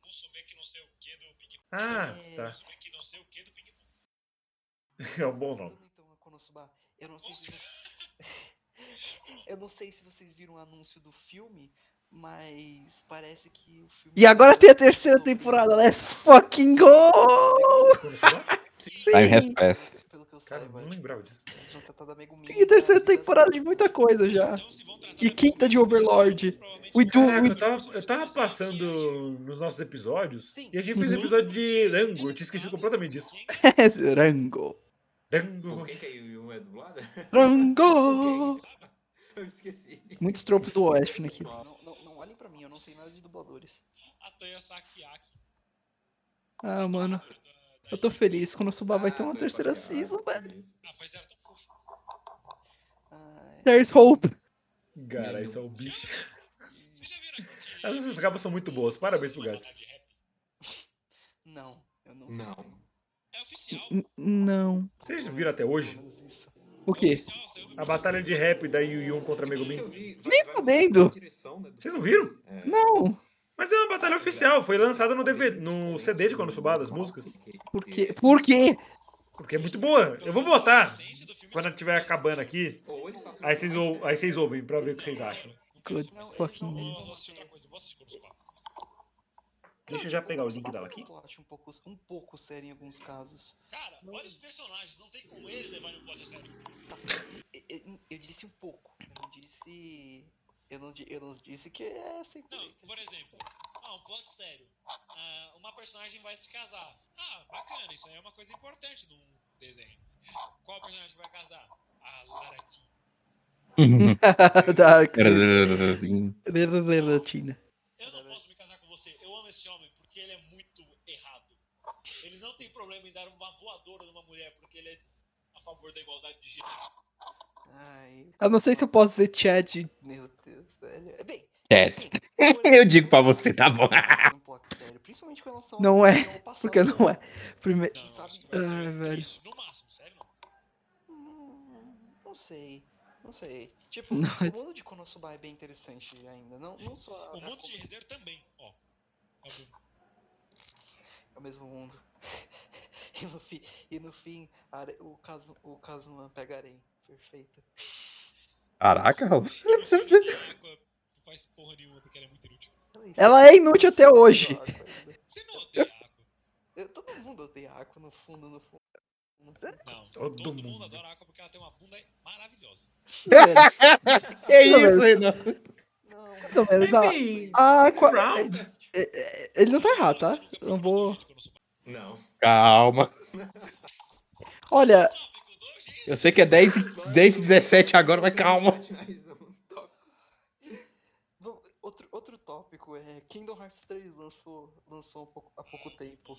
[SPEAKER 9] Musume que não sei o que do Ping Pong.
[SPEAKER 6] Ah, tá.
[SPEAKER 9] Musume que não sei o que do Ping Pong.
[SPEAKER 6] É um bom nome.
[SPEAKER 10] Voltando então a Konosuba, eu não sei se vocês... Eu não sei se vocês viram o anúncio do filme, mas parece que o filme.
[SPEAKER 5] E agora tem a terceira temporada, let's fucking go!
[SPEAKER 6] Konosuba?
[SPEAKER 7] Time has passed.
[SPEAKER 10] Pelo que eu
[SPEAKER 6] Cara, eu
[SPEAKER 10] saiba,
[SPEAKER 6] não
[SPEAKER 10] tipo,
[SPEAKER 6] lembrava disso.
[SPEAKER 10] eles vão tratar da Megumi né? tá
[SPEAKER 5] Tem a
[SPEAKER 10] e da
[SPEAKER 5] terceira
[SPEAKER 10] vida
[SPEAKER 5] temporada
[SPEAKER 10] dela.
[SPEAKER 5] de muita coisa já.
[SPEAKER 9] Então se vão tratar
[SPEAKER 5] E
[SPEAKER 9] da
[SPEAKER 5] quinta de Overlord.
[SPEAKER 9] provavelmente
[SPEAKER 5] We do,
[SPEAKER 6] Caraca, Ah, eu
[SPEAKER 5] we...
[SPEAKER 6] tava, eu tava passando nos nossos episódios
[SPEAKER 10] Sim.
[SPEAKER 6] e a gente fez um
[SPEAKER 5] Uhum.
[SPEAKER 6] episódio de Rango. Eu tinha esquecido completamente disso.
[SPEAKER 5] É, Rango.
[SPEAKER 8] Por
[SPEAKER 6] Rango.
[SPEAKER 8] que que a Yu-Yu é dublada?
[SPEAKER 5] Rango!
[SPEAKER 8] Eu esqueci.
[SPEAKER 7] É
[SPEAKER 5] Muitos tropos do Oeste naquilo.
[SPEAKER 10] né? Não, não, não olhem pra mim, eu não sei nada de dubladores.
[SPEAKER 9] a Toya Sakiaki
[SPEAKER 5] Ah, mano.
[SPEAKER 9] da,
[SPEAKER 5] Eu tô feliz quando o Subá vai ter uma
[SPEAKER 7] um
[SPEAKER 5] terceira season, velho.
[SPEAKER 9] Ah, faz ela tão fofa.
[SPEAKER 10] Ah,
[SPEAKER 5] There's hope.
[SPEAKER 6] Cara, isso é o bicho. Essas capas são muito boas. Parabéns pro gato.
[SPEAKER 10] Não, eu não.
[SPEAKER 8] Não.
[SPEAKER 5] N- não.
[SPEAKER 6] Vocês viram até hoje?
[SPEAKER 5] O quê?
[SPEAKER 6] A batalha de rap da Yu Yun contra Megumin?
[SPEAKER 5] Nem tá fudendo.
[SPEAKER 6] Vocês não viram?
[SPEAKER 5] Não.
[SPEAKER 6] Mas é uma batalha oficial, foi lançada no, DVD, no CD de Konosuba, das músicas.
[SPEAKER 5] Por quê? Por quê?
[SPEAKER 6] Porque é muito boa. Eu vou botar quando estiver acabando aqui. Aí vocês, ou- aí vocês ouvem pra ver o que vocês acham.
[SPEAKER 5] Good
[SPEAKER 10] Não, eles
[SPEAKER 5] fucking
[SPEAKER 10] não- eles
[SPEAKER 5] hell.
[SPEAKER 10] não têm-
[SPEAKER 6] Deixa eu já pegar o link dela aqui.
[SPEAKER 10] O plot um pouco, um pouco sério em alguns casos.
[SPEAKER 9] Cara, olha os personagens, não tem como eles levarem o plot a sério.
[SPEAKER 10] E- e- Eu, disse um pouco. Eu não disse. Eu não, di- eu não disse que é assim.
[SPEAKER 9] Não, por exemplo, ah, um plot sério. Ah, uma personagem vai se casar. Ah, bacana, isso aí é uma coisa importante num desenho. Qual personagem vai casar? Ah, A Larati.
[SPEAKER 5] Dark.
[SPEAKER 7] Cara,
[SPEAKER 5] Latina.
[SPEAKER 9] Eu não posso me casar com você. Eu amo esse homem porque ele é muito errado. Ele não tem problema em dar uma voadora numa mulher porque ele é a favor da igualdade de gênero.
[SPEAKER 10] Ai,
[SPEAKER 5] Eu não sei se eu posso dizer Chad.
[SPEAKER 10] meu Deus, velho. É Bem,
[SPEAKER 7] É.
[SPEAKER 10] assim, por exemplo,
[SPEAKER 7] Eu digo pra você, tá bom.
[SPEAKER 10] Um plot sério, principalmente com relação
[SPEAKER 5] Não é,
[SPEAKER 10] ao passado,
[SPEAKER 5] Porque não é.
[SPEAKER 10] né?
[SPEAKER 5] Primeiro.
[SPEAKER 9] Não, eu acho que vai ser
[SPEAKER 5] Ai, velho.
[SPEAKER 9] triste, no máximo, sério não.
[SPEAKER 10] Hum, Não sei. Não sei. Tipo,
[SPEAKER 5] Não,
[SPEAKER 10] o mundo de Konosuba é bem interessante ainda. Não, não só a-
[SPEAKER 9] O mundo de reserva também, ó. Tá bom.
[SPEAKER 10] é o mesmo mundo. E no, fi, e no fim, a Are- o Kazu- o Kazuma pega Arém. Perfeito.
[SPEAKER 7] Caraca, Raul.
[SPEAKER 9] E no filme da Aqua, tu faz porra nenhuma porque ela é muito inútil.
[SPEAKER 5] Ela é inútil até hoje.
[SPEAKER 9] Você não odeia a Aqua.
[SPEAKER 10] Eu- todo mundo odeia a Aqua no fundo, no fundo. No fundo.
[SPEAKER 9] Não,
[SPEAKER 6] Todo
[SPEAKER 9] todo, mundo.
[SPEAKER 6] mundo.
[SPEAKER 9] adora a Aqua porque ela tem uma bunda maravilhosa.
[SPEAKER 7] Que isso, Renan?
[SPEAKER 10] Não,
[SPEAKER 5] Mais ou menos, ó.
[SPEAKER 6] Enfim,
[SPEAKER 5] A Aqua-
[SPEAKER 6] Brown.
[SPEAKER 5] é- é- Ele não tá errado, tá? Eu Não vou.
[SPEAKER 8] Não.
[SPEAKER 7] Calma.
[SPEAKER 5] Olha,
[SPEAKER 7] Eu sei que é 10 e 10 e 17 agora, mas calma.
[SPEAKER 10] Vam- Outro, outro tópico é Kingdom Hearts 3 lançou, lançou há pouco, há pouco tempo.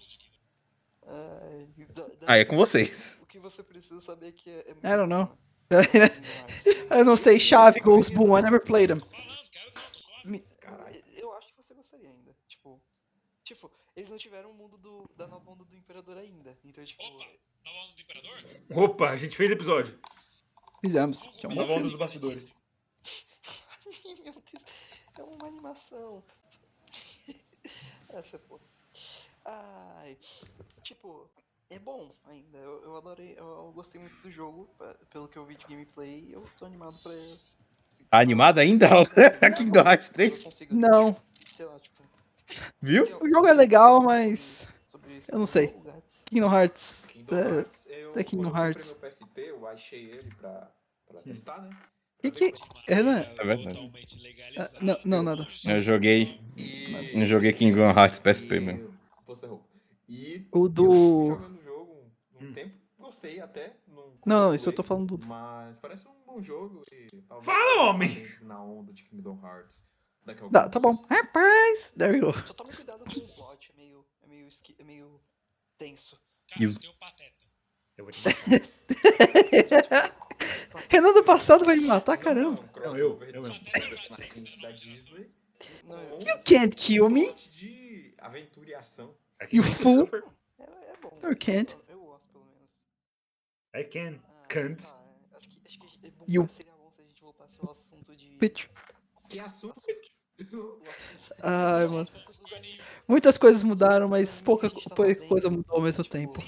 [SPEAKER 10] Ai, da- da-
[SPEAKER 7] Aí é com vocês.
[SPEAKER 10] O que você precisa saber é que é, é muito
[SPEAKER 5] I don't know.
[SPEAKER 10] bom, né? Kingdom Hearts.
[SPEAKER 5] eu não sei chave, Ghost Boom, I never played them.
[SPEAKER 9] Falando, quero não, tô suave.
[SPEAKER 10] Me-
[SPEAKER 8] Caralho.
[SPEAKER 10] eu- Eu acho que você gostaria ainda. Tipo, tipo, eles não tiveram o mundo do, da nova onda do imperador ainda. Então, tipo,
[SPEAKER 9] Opa! Nova onda do imperador?
[SPEAKER 6] Opa, a gente fez episódio.
[SPEAKER 5] Fizemos. Que é um
[SPEAKER 6] Nova
[SPEAKER 5] bom
[SPEAKER 6] onda
[SPEAKER 5] filme.
[SPEAKER 6] dos bastidores.
[SPEAKER 10] meu Deus, é uma animação. Essa porra. Ai, tipo, é bom ainda. Eu, eu adorei, eu, eu gostei muito do jogo, pa- pelo que eu vi de gameplay, eu tô animado pra.
[SPEAKER 7] Tá animado ainda? Kingdom Hearts
[SPEAKER 10] Eu
[SPEAKER 7] 3?
[SPEAKER 10] consigo,
[SPEAKER 5] Não,
[SPEAKER 10] Sei lá, tipo.
[SPEAKER 7] Viu?
[SPEAKER 10] tem
[SPEAKER 5] o jogo é legal, mas.
[SPEAKER 10] sobre isso,
[SPEAKER 5] eu não sei.
[SPEAKER 10] jogo, Gats.
[SPEAKER 5] Kingdom Hearts.
[SPEAKER 8] Kingdom
[SPEAKER 5] é,
[SPEAKER 8] Hearts. Eu,
[SPEAKER 5] até Kingdom
[SPEAKER 8] quando eu
[SPEAKER 5] Hearts. Hum.
[SPEAKER 8] comprei meu PSP, eu baixei ele pra, pra testar, né?
[SPEAKER 5] Que que- Renan.
[SPEAKER 9] Maneira
[SPEAKER 7] É verdade.
[SPEAKER 9] totalmente legalizada.
[SPEAKER 5] Ah, não- não, nada.
[SPEAKER 7] Eu joguei.
[SPEAKER 8] E...
[SPEAKER 7] Não joguei Kingdom Hearts PSP, meu.
[SPEAKER 8] Você roubou. E
[SPEAKER 5] O
[SPEAKER 8] eu fui
[SPEAKER 5] do.
[SPEAKER 8] jogando o jogo um
[SPEAKER 6] Hum.
[SPEAKER 8] tempo, gostei até. Não,
[SPEAKER 5] Não,
[SPEAKER 8] continuei,
[SPEAKER 5] isso eu tô falando do.
[SPEAKER 8] Mas parece um bom jogo e talvez
[SPEAKER 6] Fala,
[SPEAKER 8] eu
[SPEAKER 6] homem!
[SPEAKER 8] entre Na onda de Kingdom Hearts. Daqui a
[SPEAKER 5] Tá, tá bom.
[SPEAKER 8] alguns-
[SPEAKER 5] Rapaz! There you go.
[SPEAKER 10] Só tome cuidado com o plot, é meio. é meio, esqui- é meio tenso.
[SPEAKER 9] Cara,
[SPEAKER 7] E os-
[SPEAKER 9] eu tenho pateta.
[SPEAKER 6] Eu vou te dar.
[SPEAKER 5] Renan do passado vai me matar,
[SPEAKER 8] Não,
[SPEAKER 5] caramba.
[SPEAKER 8] é um crossover
[SPEAKER 6] eu mesmo.
[SPEAKER 8] de personagens da Disney
[SPEAKER 10] Não,
[SPEAKER 8] com
[SPEAKER 5] You can't kill
[SPEAKER 8] um
[SPEAKER 5] me.
[SPEAKER 8] monte de aventura e ação.
[SPEAKER 6] Aqui
[SPEAKER 5] You
[SPEAKER 6] tem
[SPEAKER 5] fool.
[SPEAKER 6] Christopher.
[SPEAKER 10] é, é bom.
[SPEAKER 5] Or can't.
[SPEAKER 10] Eu gosto, pelo menos.
[SPEAKER 6] I can.
[SPEAKER 10] Ah,
[SPEAKER 6] Can't.
[SPEAKER 10] tá, é, acho que, acho que é bom,
[SPEAKER 5] You-
[SPEAKER 10] seria bom se a gente voltasse ao assunto de.
[SPEAKER 5] Bitch.
[SPEAKER 8] Que assunto.
[SPEAKER 10] o assunto- tipo,
[SPEAKER 5] Ai,
[SPEAKER 10] o
[SPEAKER 5] mano.
[SPEAKER 10] assunto dos animes.
[SPEAKER 5] Muitas coisas mudaram, mas pouca, co- pouca coisa mudou ao mesmo
[SPEAKER 10] Tipo,
[SPEAKER 5] tempo.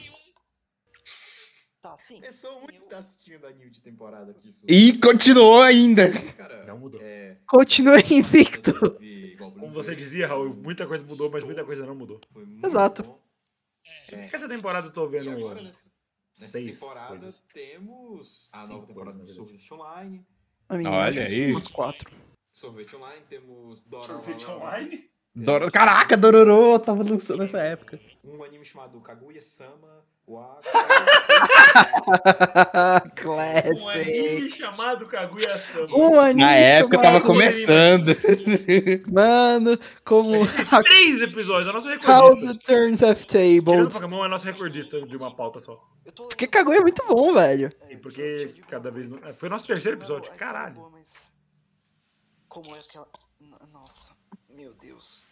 [SPEAKER 10] Tá, sim.
[SPEAKER 8] Começou muito
[SPEAKER 10] Eu-
[SPEAKER 8] tá assistindo a New de temporada aqui. isso.
[SPEAKER 7] E continuou ainda.
[SPEAKER 8] Cara,
[SPEAKER 6] Não mudou.
[SPEAKER 8] É,
[SPEAKER 5] Continua invicto.
[SPEAKER 8] teve Goblin
[SPEAKER 6] Como você
[SPEAKER 8] Slayer,
[SPEAKER 6] dizia, Raul, muita coisa mudou, mas muita coisa não mudou.
[SPEAKER 8] foi muito
[SPEAKER 5] Exato.
[SPEAKER 8] bom.
[SPEAKER 9] É,
[SPEAKER 8] É,
[SPEAKER 6] Essa temporada eu tô
[SPEAKER 8] e
[SPEAKER 6] vendo.
[SPEAKER 8] agora nessa, nessa
[SPEAKER 6] seis
[SPEAKER 8] temporada
[SPEAKER 6] coisas.
[SPEAKER 8] temos a
[SPEAKER 6] Cinco
[SPEAKER 8] nova temporada do
[SPEAKER 6] coisas, na verdade.
[SPEAKER 8] Sorvete Online.
[SPEAKER 5] A minha,
[SPEAKER 7] Olha
[SPEAKER 5] acho que
[SPEAKER 7] aí.
[SPEAKER 5] são Umas quatro.
[SPEAKER 8] Sorvete Online, temos Dora
[SPEAKER 6] Sorvete
[SPEAKER 8] Lá Lá Lá.
[SPEAKER 6] online?
[SPEAKER 7] Dor... Caraca, Dororo, eu tava lançando nessa época.
[SPEAKER 8] Um anime chamado Kaguya-sama wa...
[SPEAKER 7] É
[SPEAKER 6] Um anime chamado Kaguya-sama.
[SPEAKER 5] Um anime
[SPEAKER 7] Na época eu tava
[SPEAKER 5] chamado-
[SPEAKER 7] começando.
[SPEAKER 6] né?
[SPEAKER 5] Mano, como a
[SPEAKER 6] Três episódios, a nossa
[SPEAKER 5] How the
[SPEAKER 6] recordista.
[SPEAKER 5] Turns Have
[SPEAKER 6] Tirando o
[SPEAKER 5] Tables.
[SPEAKER 6] Pokémon é a nossa recordista de uma pauta só.
[SPEAKER 10] Eu tô é,
[SPEAKER 5] Porque Kaguya é muito bom, velho.
[SPEAKER 8] É,
[SPEAKER 6] E porque cada vez. não- é, Foi nosso terceiro episódio, caralho.
[SPEAKER 10] Boa, mas... Como é aquela. N- Nossa, meu Deus.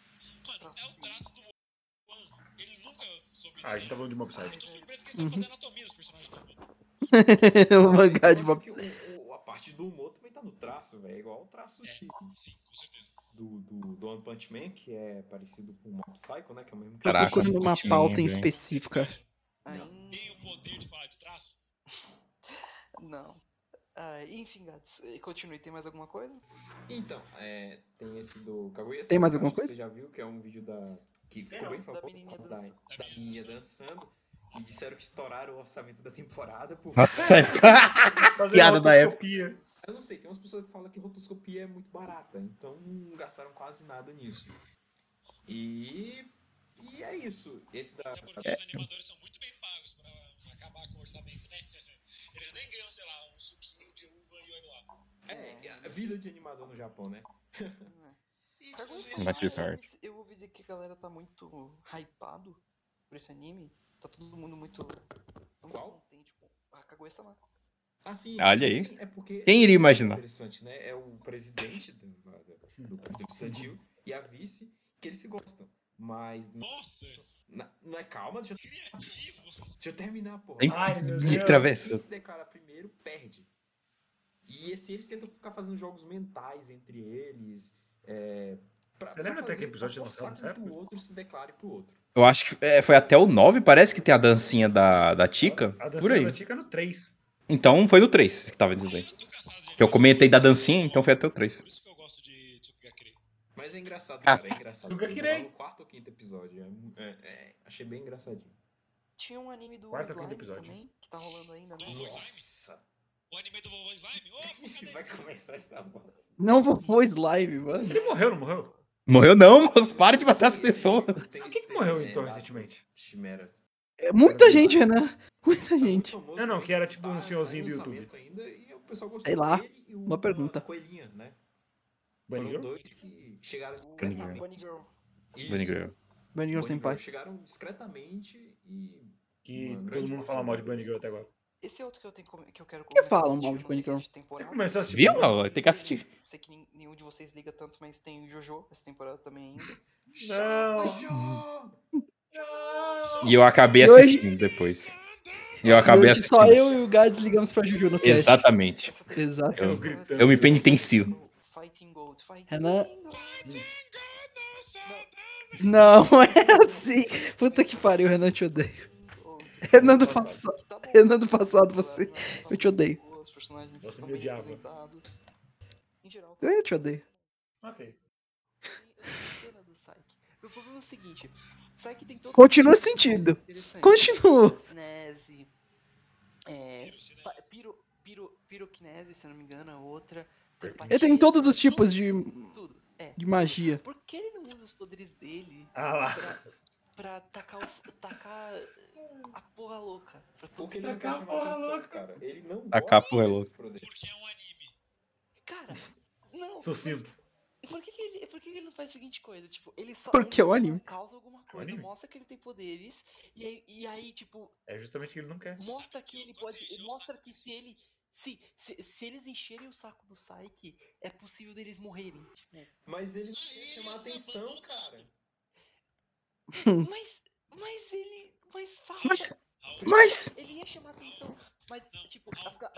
[SPEAKER 9] Mano, é o traço do Juan. Ele nunca soube.
[SPEAKER 6] Ah, a gente tá
[SPEAKER 9] desenhar.
[SPEAKER 6] falando de Mob
[SPEAKER 9] Eu
[SPEAKER 6] Psycho.
[SPEAKER 9] tô surpreso que eles estão fazendo anatomia dos personagens do Juan.
[SPEAKER 5] o mangá É, de
[SPEAKER 8] Eu
[SPEAKER 5] uma...
[SPEAKER 8] acho que o- o- A parte do humor também tá no traço, velho. É igual o traço
[SPEAKER 9] É.
[SPEAKER 8] de-
[SPEAKER 9] Sim, com certeza.
[SPEAKER 8] do, do, do One Punch Man, que é parecido com o Mob Psycho, né? Que é o mesmo
[SPEAKER 7] Caraca,
[SPEAKER 5] Procurando
[SPEAKER 7] muito
[SPEAKER 5] uma
[SPEAKER 7] bem,
[SPEAKER 5] pauta em
[SPEAKER 7] velho.
[SPEAKER 5] específica.
[SPEAKER 10] Ai,
[SPEAKER 9] Tem o poder de falar de traço?
[SPEAKER 10] não. Ai, enfim, gatos, eh, continue. Tem mais alguma coisa?
[SPEAKER 8] Então, é, tem esse do Kaguya
[SPEAKER 5] Tem mais alguma
[SPEAKER 8] Você já viu que é um vídeo da. que ficou bem famoso por causa da, da menina dançando. E disseram que estouraram o orçamento da temporada. Por...
[SPEAKER 7] Nossa, época.
[SPEAKER 6] Fazer
[SPEAKER 7] Piada da
[SPEAKER 6] rotoscopia.
[SPEAKER 8] Eu não sei, tem umas pessoas que falam que rotoscopia é muito barata. Então não gastaram quase nada nisso. E. E é isso. Esse da.
[SPEAKER 9] Até porque os animadores são muito bem pagos pra acabar com o orçamento, né? Eles nem ganham, sei lá, um suquinho de uva e olha lá.
[SPEAKER 8] É, a vida de animador no Japão, né?
[SPEAKER 7] É.
[SPEAKER 9] E, tipo,
[SPEAKER 10] Kaguya
[SPEAKER 9] eles-
[SPEAKER 7] Como é que isso
[SPEAKER 10] eu,
[SPEAKER 7] é?
[SPEAKER 10] ouvi dizer- eu ouvi dizer que a galera tá muito hypado por esse anime. Tá todo mundo muito, muito
[SPEAKER 8] Qual?
[SPEAKER 10] contente com a Kaguya-sama.
[SPEAKER 8] Assim,
[SPEAKER 7] Olha aí.
[SPEAKER 8] é porque
[SPEAKER 7] Quem iria imaginar?
[SPEAKER 8] interessante, né? É o presidente do, do, do Conselho Estudantil e a vice que eles se gostam. Mas não,
[SPEAKER 9] Nossa,
[SPEAKER 8] na- não é calma, deixa, eu-
[SPEAKER 9] criativos!
[SPEAKER 8] deixa eu terminar, pô.
[SPEAKER 7] Hein?
[SPEAKER 6] Ai, meu
[SPEAKER 7] De
[SPEAKER 6] Deus.
[SPEAKER 8] Quem
[SPEAKER 7] travessa.
[SPEAKER 8] se declara primeiro, perde. E assim, eles tentam ficar fazendo jogos mentais entre eles. É, pra,
[SPEAKER 6] Você lembra
[SPEAKER 8] pra
[SPEAKER 6] até que episódio
[SPEAKER 8] pra
[SPEAKER 6] de lançou
[SPEAKER 8] forçar
[SPEAKER 6] nessa
[SPEAKER 8] com que o
[SPEAKER 6] época?
[SPEAKER 8] outro se declare pro outro.
[SPEAKER 7] Eu acho que é, foi até o 9, parece que tem a dancinha da, da Chica.
[SPEAKER 6] A dança
[SPEAKER 7] Por aí.
[SPEAKER 6] da Chica no 3.
[SPEAKER 7] Então foi do 3 que tava dizendo aí.
[SPEAKER 9] Eu tô cansado, gente.
[SPEAKER 7] Que eu comentei da dancinha, então foi até o 3.
[SPEAKER 9] Por isso que eu gosto de Tsukigakure.
[SPEAKER 8] Mas é engraçado,
[SPEAKER 7] Ah.
[SPEAKER 8] cara. É engraçado.
[SPEAKER 6] Nunca
[SPEAKER 8] Eu
[SPEAKER 6] criei.
[SPEAKER 8] tava No quarto ou quinto episódio. é mu- é- é, achei bem engraçadinho.
[SPEAKER 10] Tinha um anime do
[SPEAKER 6] Quarto ou
[SPEAKER 10] Slime
[SPEAKER 6] quinto episódio.
[SPEAKER 10] também, que tá rolando ainda, né?
[SPEAKER 8] Nossa,
[SPEAKER 9] O anime do vovô Slime? Ô, cadê?
[SPEAKER 8] vai começar essa bosta.
[SPEAKER 5] Não vou pôr slime, mano.
[SPEAKER 6] Ele morreu, não morreu?
[SPEAKER 7] Morreu não, moço. Para de matar as pessoas.
[SPEAKER 6] Por que, que morreu
[SPEAKER 8] é
[SPEAKER 6] então recentemente?
[SPEAKER 8] né, Chimera.
[SPEAKER 5] É muita gente, Renan. Muita gente.
[SPEAKER 6] Não, não, que era tipo um senhorzinho do YouTube.
[SPEAKER 8] Ainda, e o pessoal gostou
[SPEAKER 5] Sei lá,
[SPEAKER 8] dele e o-
[SPEAKER 5] uma pergunta.
[SPEAKER 8] a Coelhinha, né?
[SPEAKER 6] Bunny
[SPEAKER 8] Foram
[SPEAKER 6] Girl?
[SPEAKER 8] dois que chegaram
[SPEAKER 7] Bunny Girl.
[SPEAKER 10] Bunny Girl.
[SPEAKER 8] Isso,
[SPEAKER 7] Bunny Girl.
[SPEAKER 5] Bunny Girl
[SPEAKER 8] Bunny Girl
[SPEAKER 5] Senpai.
[SPEAKER 8] Chegaram discretamente e.
[SPEAKER 6] Que
[SPEAKER 8] Uma grande
[SPEAKER 6] todo mundo fala mal de Bunny Girl até agora.
[SPEAKER 10] Esse é outro que eu, tenho, come- que eu quero começar.
[SPEAKER 5] falam
[SPEAKER 10] a assistir,
[SPEAKER 5] mal de
[SPEAKER 10] eu não sei se é
[SPEAKER 5] Bunny
[SPEAKER 10] de temporada.
[SPEAKER 6] Tipo, começou a assistir?
[SPEAKER 7] Viu? Tem que assistir.
[SPEAKER 10] Sei que nin- nenhum de vocês liga tanto, mas tem o Jojo essa temporada também ainda.
[SPEAKER 6] Não.
[SPEAKER 8] Jojo!
[SPEAKER 7] E eu acabei
[SPEAKER 5] E hoje-
[SPEAKER 7] assistindo depois. E eu acabei
[SPEAKER 5] E hoje só
[SPEAKER 7] assistindo.
[SPEAKER 5] eu e o Gads ligamos pra Juju no cast.
[SPEAKER 7] Exatamente.
[SPEAKER 10] Essa é
[SPEAKER 5] Exato.
[SPEAKER 7] Eu-
[SPEAKER 6] gritando.
[SPEAKER 7] Eu me penitencio.
[SPEAKER 10] Fighting Gold. Fighting
[SPEAKER 5] Renan-
[SPEAKER 10] Gold.
[SPEAKER 5] Não é assim. Puta que pariu, Renan, eu te odeio. Renan do passado.
[SPEAKER 10] Tá bom.
[SPEAKER 5] Renan do passado, você.
[SPEAKER 10] Claro,
[SPEAKER 5] eu te odeio.
[SPEAKER 10] Os personagens
[SPEAKER 6] Você
[SPEAKER 10] estão
[SPEAKER 6] me
[SPEAKER 10] bem
[SPEAKER 6] odiava.
[SPEAKER 10] representados. Em geral,
[SPEAKER 5] Eu ainda te odeio.
[SPEAKER 6] Ok.
[SPEAKER 10] cena do Psyche. Meu problema é o seguinte: Psyche tem todo
[SPEAKER 5] Continua
[SPEAKER 10] esse-
[SPEAKER 5] sentido.
[SPEAKER 10] Interessante.
[SPEAKER 5] Continua.
[SPEAKER 10] Cinese. É, pa- piro, piro, piroquinese, se eu não me engano, a outra.
[SPEAKER 5] Ele tem todos os tipos de,
[SPEAKER 10] Tudo. É.
[SPEAKER 5] de magia.
[SPEAKER 10] Por que ele não usa os poderes dele
[SPEAKER 6] Ah lá.
[SPEAKER 10] pra, pra tacar, o f- tacar a porra louca? Pra todo
[SPEAKER 8] Porque ele
[SPEAKER 10] mundo?
[SPEAKER 8] não quer
[SPEAKER 6] Tacar a
[SPEAKER 8] chamar
[SPEAKER 6] porra
[SPEAKER 8] atenção,
[SPEAKER 6] louca.
[SPEAKER 8] cara. Ele não
[SPEAKER 7] Tacar a
[SPEAKER 8] gosta
[SPEAKER 7] porra
[SPEAKER 8] desses
[SPEAKER 7] louca.
[SPEAKER 8] poderes.
[SPEAKER 9] Porque é um anime.
[SPEAKER 10] Cara, não.
[SPEAKER 6] Sucinto.
[SPEAKER 10] Por que, que ele, por que, que ele não faz a seguinte coisa? Tipo, ele só,
[SPEAKER 5] Porque
[SPEAKER 10] ele
[SPEAKER 5] é o
[SPEAKER 10] só
[SPEAKER 5] anime.
[SPEAKER 10] causa alguma coisa,
[SPEAKER 6] anime.
[SPEAKER 10] mostra que ele tem poderes, e aí, e aí, tipo,
[SPEAKER 6] É justamente o que ele não quer.
[SPEAKER 10] mostra que ele pode. Mostra que se ele. Se, se, se eles encherem o saco do Psyche, é possível deles morrerem. Tipo,
[SPEAKER 8] Mas ele não quer chamar atenção, cara.
[SPEAKER 10] mas. Mas ele. Mas fala.
[SPEAKER 7] Mas- Mas.
[SPEAKER 10] Ele ia chamar atenção. Mas, tipo, as, ga-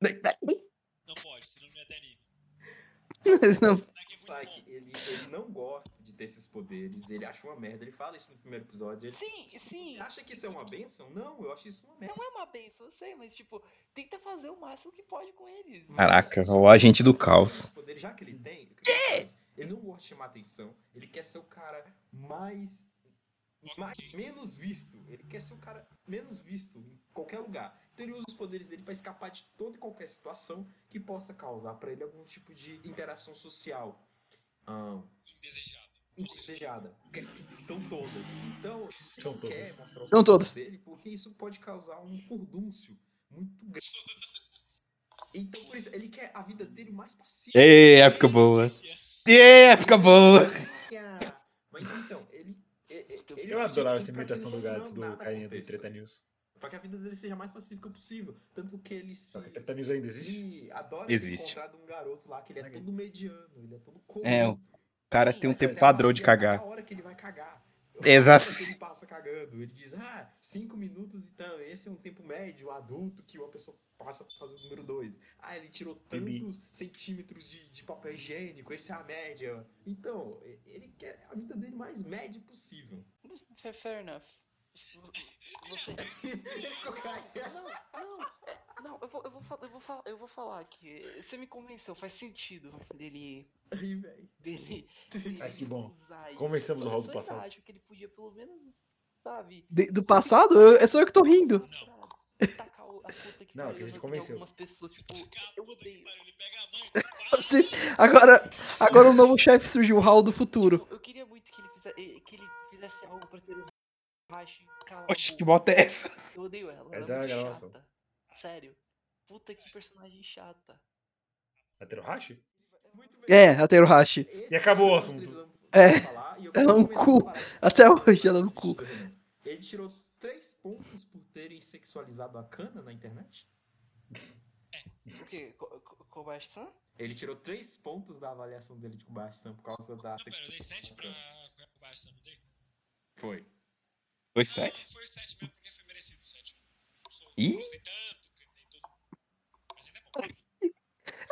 [SPEAKER 9] Não pode, senão não é até anime.
[SPEAKER 5] Não,
[SPEAKER 9] Daqui é muito
[SPEAKER 8] Psyche,
[SPEAKER 9] bom.
[SPEAKER 8] ele, ele não gosta de ter esses poderes. Ele acha uma merda. Ele fala isso no primeiro episódio. Ele
[SPEAKER 10] sim, sim.
[SPEAKER 8] Você acha que isso é uma benção? Não, eu acho isso uma merda.
[SPEAKER 10] Não é uma benção, eu sei, mas, tipo, tenta fazer o máximo que pode com eles.
[SPEAKER 7] Caraca, o agente do caos.
[SPEAKER 8] Esse poder, já que ele tem, o que ele faz? Ele não gosta de chamar atenção. Ele quer ser o cara mais. mais- menos visto. Ele quer ser o cara menos visto em qualquer lugar. Então ele usa os poderes dele pra escapar de toda e qualquer situação que possa causar pra ele algum tipo de interação social. Ah,
[SPEAKER 9] Indesejado.
[SPEAKER 8] indesejada. Que- que São todas. Então, ele
[SPEAKER 6] São
[SPEAKER 8] não quer
[SPEAKER 6] todas.
[SPEAKER 8] mostrar os
[SPEAKER 5] São todas.
[SPEAKER 8] produtos dele, porque isso pode causar um furdúncio muito grande. Então, por isso, ele quer a vida dele mais pacífica.
[SPEAKER 7] Ei, época boa. Ei, época boa.
[SPEAKER 8] Mas então, ele. e- e- ele
[SPEAKER 6] Eu adorava essa
[SPEAKER 8] pediu
[SPEAKER 6] imitação do
[SPEAKER 8] pra que
[SPEAKER 6] gato,
[SPEAKER 8] não-
[SPEAKER 6] do
[SPEAKER 8] nada
[SPEAKER 6] carinha do
[SPEAKER 8] aconteça,
[SPEAKER 6] Treta News.
[SPEAKER 8] Pra que a vida dele seja mais pacífica possível. Tanto que ele se.
[SPEAKER 6] Só que Treta News ainda existe?
[SPEAKER 8] Ele adora
[SPEAKER 7] Existe.
[SPEAKER 8] ter encontrado um garoto lá que ele é todo mediano, ele é todo comum.
[SPEAKER 7] É, o cara tem um tempo padrão de
[SPEAKER 8] A
[SPEAKER 7] cagar.
[SPEAKER 8] hora que ele vai cagar.
[SPEAKER 7] Exato.
[SPEAKER 8] A hora que Ele passa cagando. Ele diz, ah, cinco minutos e tal. Esse é um tempo médio, adulto, que uma pessoa passa pra fazer o número dois. Ah, ele tirou
[SPEAKER 6] Bibi.
[SPEAKER 8] tantos centímetros de, de papel higiênico. Essa é a média. Então, e- ele quer a vida dele mais média possível.
[SPEAKER 10] Fair, fair enough. Você,
[SPEAKER 8] Ele ficou cagando.
[SPEAKER 10] Não, não, é, não, eu vou, eu vou, fa- eu vou, fa- eu vou falar que você me convenceu, faz sentido dele,
[SPEAKER 8] Aí, velho. É
[SPEAKER 10] dele.
[SPEAKER 6] Ah, que bom.
[SPEAKER 10] usar isso.
[SPEAKER 6] Convencemos
[SPEAKER 10] Só
[SPEAKER 6] o Raul
[SPEAKER 10] que
[SPEAKER 6] do
[SPEAKER 10] eu ainda
[SPEAKER 6] passado.
[SPEAKER 10] acho que ele podia pelo menos, sabe?
[SPEAKER 5] De- do passado? Eu, é só eu que tô rindo.
[SPEAKER 10] Tacar o- a puta que
[SPEAKER 6] Não,
[SPEAKER 10] pariu
[SPEAKER 6] que a gente
[SPEAKER 10] em
[SPEAKER 6] convenceu.
[SPEAKER 10] algumas pessoas, tipo, eu odeio.
[SPEAKER 9] Ele pega a mãe.
[SPEAKER 5] Vocês- Agora, agora um novo chefe surgiu, o Raul do futuro.
[SPEAKER 10] Tipo, eu queria muito que ele, fize- eh, que ele fizesse algo pra ter o Hashi calar a
[SPEAKER 7] Oxe, que
[SPEAKER 10] boca.
[SPEAKER 7] bota é essa?
[SPEAKER 10] Eu odeio ela,
[SPEAKER 6] É
[SPEAKER 10] ela é
[SPEAKER 6] da
[SPEAKER 10] muito
[SPEAKER 6] gravação.
[SPEAKER 10] chata. Sério. Puta que personagem chata.
[SPEAKER 6] Aterohashi?
[SPEAKER 8] Muito bem.
[SPEAKER 5] É, a Teruhashi.
[SPEAKER 8] Esse
[SPEAKER 6] E acabou o
[SPEAKER 8] nós três
[SPEAKER 6] assunto.
[SPEAKER 8] vamos
[SPEAKER 5] É,
[SPEAKER 8] falar, e eu
[SPEAKER 5] ela é um
[SPEAKER 8] quero
[SPEAKER 5] cu.
[SPEAKER 8] comentar uma parada.
[SPEAKER 5] Até hoje ela é um cu.
[SPEAKER 8] Ele tirou três pontos por terem sexualizado a cana na internet?
[SPEAKER 10] O quê? Co- co- Kobayashi-san?
[SPEAKER 8] Ele tirou três pontos da avaliação dele de Kobayashi-san por causa da...
[SPEAKER 9] Não, velho, eu dei 7 pra Cuiabá, não dei?
[SPEAKER 8] Foi.
[SPEAKER 7] Foi sete.
[SPEAKER 9] Não, foi 7 mesmo, porque foi merecido o 7.
[SPEAKER 7] Ih.
[SPEAKER 9] Gostei tanto, cantei todo mundo. Mas ainda é bom.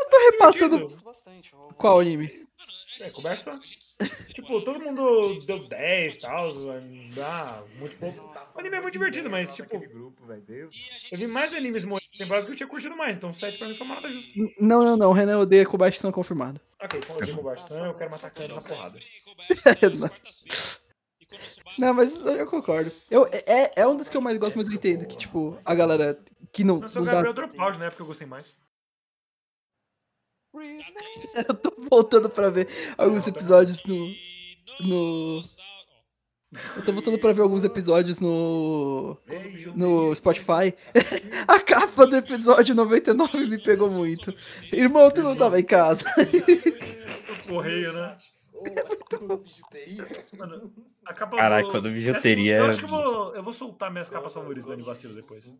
[SPEAKER 5] Tô
[SPEAKER 10] Eu
[SPEAKER 5] repassando
[SPEAKER 10] gosto bastante. eu-
[SPEAKER 5] qual anime?
[SPEAKER 9] Mano, a
[SPEAKER 6] É,
[SPEAKER 9] gente-
[SPEAKER 6] conversa.
[SPEAKER 9] a gente- essa
[SPEAKER 6] Tipo,
[SPEAKER 9] temporada-
[SPEAKER 6] todo
[SPEAKER 9] a
[SPEAKER 6] mundo
[SPEAKER 9] gente
[SPEAKER 6] deu
[SPEAKER 9] tava
[SPEAKER 6] 10 e
[SPEAKER 9] muito
[SPEAKER 6] tal,
[SPEAKER 9] otimista.
[SPEAKER 6] ah, muito pouco.
[SPEAKER 8] tá
[SPEAKER 10] Nossa,
[SPEAKER 6] O anime é muito divertido, mas, tipo,
[SPEAKER 9] E a gente
[SPEAKER 6] Eu vi mais
[SPEAKER 9] assistiu
[SPEAKER 6] animes
[SPEAKER 9] isso-
[SPEAKER 6] mortos
[SPEAKER 8] é
[SPEAKER 9] isso-
[SPEAKER 6] temporada que eu tinha curtido mais, então 7 pra mim foi uma nota justa.
[SPEAKER 5] N- Não, não, não. Renan odeia Kobayashi-san confirmado.
[SPEAKER 6] Ok, quando
[SPEAKER 8] é
[SPEAKER 6] eu vi Kobayashi-san, eu quero matar a
[SPEAKER 9] Eu
[SPEAKER 6] Kanye na porrada.
[SPEAKER 9] sempre converso nas
[SPEAKER 5] Não.
[SPEAKER 9] quartas-feiras, e quando eu sou básico-
[SPEAKER 5] Não, mas eu eu concordo. Eu, é, é um dos que eu mais gosto, mas eu entendo que, tipo, a galera que não,
[SPEAKER 6] Não sou
[SPEAKER 5] não
[SPEAKER 6] o
[SPEAKER 5] dá.
[SPEAKER 6] Gabriel Dropout, né? Porque eu gostei mais.
[SPEAKER 9] Tá bem, né?
[SPEAKER 5] Eu tô voltando pra ver alguns episódios no. no-
[SPEAKER 9] Dinossauro.
[SPEAKER 5] Eu tô voltando pra ver alguns episódios no. no Spotify.
[SPEAKER 8] Spotify.
[SPEAKER 5] A capa do episódio 99 me pegou muito. Irmão, tu não tava em casa.
[SPEAKER 6] Correio, né? A capa
[SPEAKER 7] Caraca,
[SPEAKER 6] do...
[SPEAKER 7] quando bijuteria
[SPEAKER 6] Eu
[SPEAKER 7] é
[SPEAKER 6] acho que eu vou, eu vou soltar minhas capas favoritas do Anivacilo depois.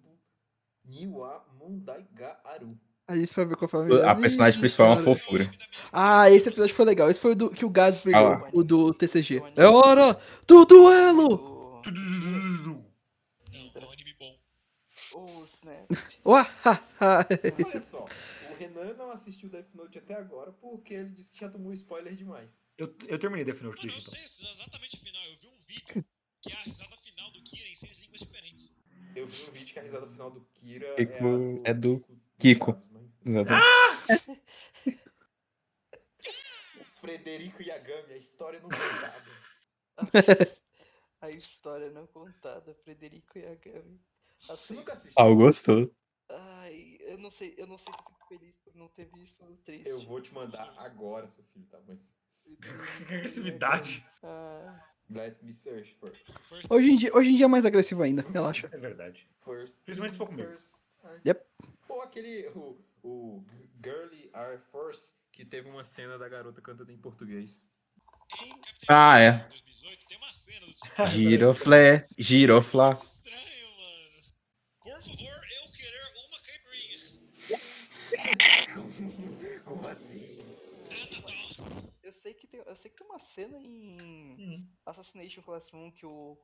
[SPEAKER 8] Niwa Mundai Ga Aru.
[SPEAKER 5] A gente vai ver qual foi a melhor.
[SPEAKER 7] A personagem principal é uma
[SPEAKER 5] Ih,
[SPEAKER 7] fofura.
[SPEAKER 5] Ah, esse episódio foi legal. Esse foi o do, que o Gaz brigou,
[SPEAKER 7] Ah lá.
[SPEAKER 5] o do TCG. É hora do duelo!
[SPEAKER 10] O-
[SPEAKER 9] Não, é um anime bom.
[SPEAKER 10] O né, Snap.
[SPEAKER 5] Uá, ha, ha.
[SPEAKER 8] Olha só, o Renan não assistiu Death Note até agora porque ele disse que já tomou spoiler demais.
[SPEAKER 6] Eu, eu terminei Death Note
[SPEAKER 9] Mano,
[SPEAKER 6] desde
[SPEAKER 9] eu
[SPEAKER 6] então.
[SPEAKER 9] sei exatamente o final. Eu vi um vídeo que é a risada final do Kira em seis línguas diferentes.
[SPEAKER 8] Eu vi um vídeo que a risada final do Kira
[SPEAKER 7] Kiko-
[SPEAKER 8] é, a
[SPEAKER 7] é do Kiko.
[SPEAKER 8] Chaves, mas-
[SPEAKER 7] Exatamente.
[SPEAKER 8] Frederico Yagami, a história não contada.
[SPEAKER 10] A história não contada, Frederico Yagami.
[SPEAKER 8] Você
[SPEAKER 10] Assim,
[SPEAKER 8] nunca assistiu?
[SPEAKER 7] Ah, eu gostou.
[SPEAKER 10] ai, eu não sei, eu não sei se eu fico feliz por não ter visto ou triste.
[SPEAKER 8] Eu vou te mandar agora, seu filho, tá bom?
[SPEAKER 6] Que agressividade.
[SPEAKER 10] né? Ah,
[SPEAKER 8] Let me search first.
[SPEAKER 5] Hoje em, dia, hoje em dia é mais agressivo ainda, relaxa.
[SPEAKER 6] É verdade.
[SPEAKER 8] First.
[SPEAKER 6] Principalmente se for comigo.
[SPEAKER 8] first.
[SPEAKER 5] Yep.
[SPEAKER 8] Ou aquele. O, o G- Girly Air Force, que teve uma cena da garota cantando em português.
[SPEAKER 9] Em Capitão
[SPEAKER 7] Ah, é.
[SPEAKER 9] 2018 tem uma cena do
[SPEAKER 7] Giroflé, giroflá.
[SPEAKER 9] Muito estranho, mano. Por favor, eu querer uma caipirinha.
[SPEAKER 8] Como assim?
[SPEAKER 10] eu sei que tem, eu sei que tem uma cena em Assassination Classroom que o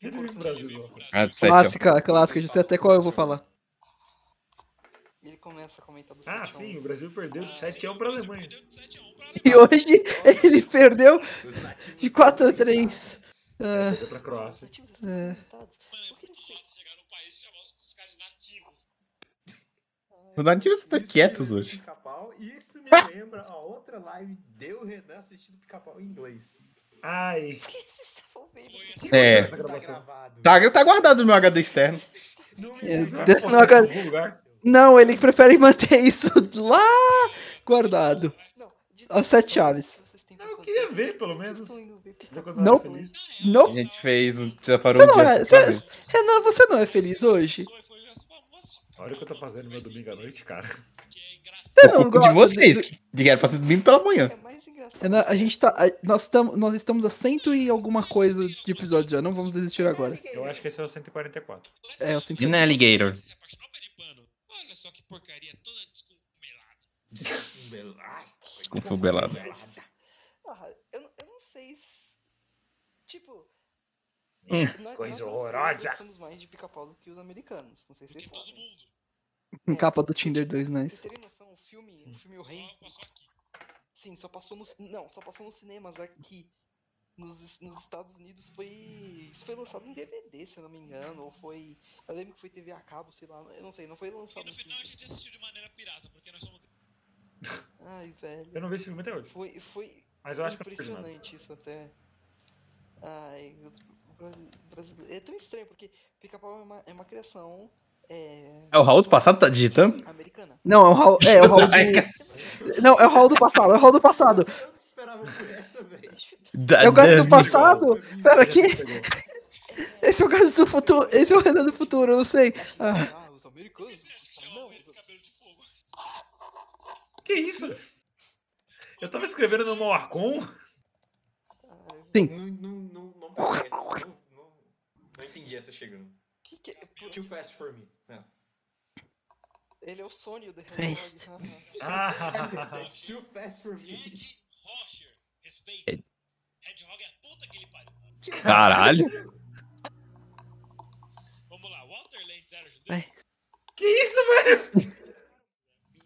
[SPEAKER 6] Que anime do Brasil então? gosta?
[SPEAKER 7] Ah, de sete, ó.
[SPEAKER 5] Clássica, clássica, já sei até qual eu vou falar.
[SPEAKER 10] ele começa a comentar do um.
[SPEAKER 6] Ah,
[SPEAKER 10] 7 a 1.
[SPEAKER 6] sim, o Brasil perdeu de 7 1 pra Alemanha.
[SPEAKER 5] E hoje assim, ele perdeu de 4 a 3. Ah,
[SPEAKER 6] Perdeu pra
[SPEAKER 10] Os
[SPEAKER 6] Croácia.
[SPEAKER 10] nativos estão
[SPEAKER 5] É.
[SPEAKER 10] comentados.
[SPEAKER 9] Mano, é
[SPEAKER 10] Por que
[SPEAKER 9] muito
[SPEAKER 10] eles têm-
[SPEAKER 9] foda você chegar num país e chamar os- os caras de nativos.
[SPEAKER 7] Os nativos estão
[SPEAKER 8] Isso
[SPEAKER 7] quietos
[SPEAKER 8] me lembra
[SPEAKER 7] hoje.
[SPEAKER 8] do Pica-Pau, e isso me lembra a outra live deu Renan assistindo pica-pau em inglês.
[SPEAKER 6] Ai,
[SPEAKER 10] Por que vocês estavam vendo?
[SPEAKER 9] Foi
[SPEAKER 10] isso?
[SPEAKER 9] essa
[SPEAKER 7] É.
[SPEAKER 8] Isso tá
[SPEAKER 6] gravação.
[SPEAKER 8] gravado.
[SPEAKER 7] Tá, tá guardado no meu HD externo.
[SPEAKER 8] Não me
[SPEAKER 5] É,
[SPEAKER 8] lembro.
[SPEAKER 5] não, agora- Não, ele prefere manter isso lá guardado.
[SPEAKER 10] Não, de
[SPEAKER 5] As sete
[SPEAKER 10] todas as
[SPEAKER 5] chaves.
[SPEAKER 10] que vocês têm pra
[SPEAKER 6] Eu queria ver, pelo menos.
[SPEAKER 5] Não,
[SPEAKER 7] A
[SPEAKER 5] não.
[SPEAKER 7] gente fez, já parou
[SPEAKER 5] Você não
[SPEAKER 7] um dia.
[SPEAKER 5] é,
[SPEAKER 7] pra
[SPEAKER 5] você-
[SPEAKER 7] ver.
[SPEAKER 5] Renan, você não é feliz hoje?
[SPEAKER 6] Olha o que eu tô fazendo meu domingo à noite, cara.
[SPEAKER 5] Você
[SPEAKER 7] Por
[SPEAKER 5] não
[SPEAKER 7] culpa
[SPEAKER 5] gosta
[SPEAKER 7] de vocês,
[SPEAKER 5] de-
[SPEAKER 7] que ligaram pra ser domingo pela manhã.
[SPEAKER 10] é
[SPEAKER 5] Renan, a gente tá. a- nós, tam, nós estamos a cento e alguma coisa de episódios já. Não vamos desistir agora.
[SPEAKER 6] Eu acho que esse é o 144.
[SPEAKER 5] É, eu sinto.
[SPEAKER 7] Não é alligator. Com fumbelada.
[SPEAKER 10] Ah, eu, não- eu não sei se... Tipo...
[SPEAKER 7] Hum.
[SPEAKER 10] nós- nós
[SPEAKER 6] Coisa
[SPEAKER 10] brasileiros
[SPEAKER 6] horrorosa.
[SPEAKER 10] gostamos mais de pica-pau do que os americanos. Não sei se vocês sabem. Tipo,
[SPEAKER 5] Capa do Tinder né? 2
[SPEAKER 10] Vocês
[SPEAKER 5] Nice.
[SPEAKER 10] terem noção, o filme, o filme O Rei. Sim, só passou no. ci- Não, só passou nos cinemas aqui. Nos, nos Estados Unidos foi. Isso foi lançado em DVD, se eu não me engano. Ou foi. Eu lembro que foi TV a cabo, sei lá. Eu não sei, não foi lançado. no final a gente assistiu de maneira pirata, porque nós somos. Ai,
[SPEAKER 6] Eu
[SPEAKER 10] velho.
[SPEAKER 6] não vi esse filme até hoje,
[SPEAKER 10] Foi. foi
[SPEAKER 6] mas eu acho que eu não perdi nada.
[SPEAKER 10] impressionante isso até. Ai, o Brasi- brasileiro. É tão estranho, porque Pica-Pau é uma, é uma criação. É,
[SPEAKER 7] É o Raul do passado tá digitando?
[SPEAKER 10] americana.
[SPEAKER 5] Não, é o Raul. É, é o Raul
[SPEAKER 7] Ai,
[SPEAKER 5] do... Não, é o Raul do passado. É o Raul do passado.
[SPEAKER 8] Eu não esperava por essa, velho.
[SPEAKER 7] Da-
[SPEAKER 5] É o Gás
[SPEAKER 7] da-
[SPEAKER 5] do passado? Pera aqui.
[SPEAKER 6] Pegou.
[SPEAKER 5] Esse é o Gás do futuro. Esse é o Renan do futuro, eu não sei. Ah,
[SPEAKER 10] Ah, os americanos. Não, os-
[SPEAKER 6] Que isso? Eu tava escrevendo no Noarcon.
[SPEAKER 10] ah,
[SPEAKER 8] Não, não, não, não parece. Não, não, não entendi essa chegando.
[SPEAKER 10] que que é? Pô,
[SPEAKER 8] Too fast for me. É.
[SPEAKER 10] Ele é o Sônia do Harry Potter. haha.
[SPEAKER 6] Ah,
[SPEAKER 8] It's too fast for me.
[SPEAKER 10] é
[SPEAKER 7] Caralho.
[SPEAKER 10] É.
[SPEAKER 6] que isso, velho?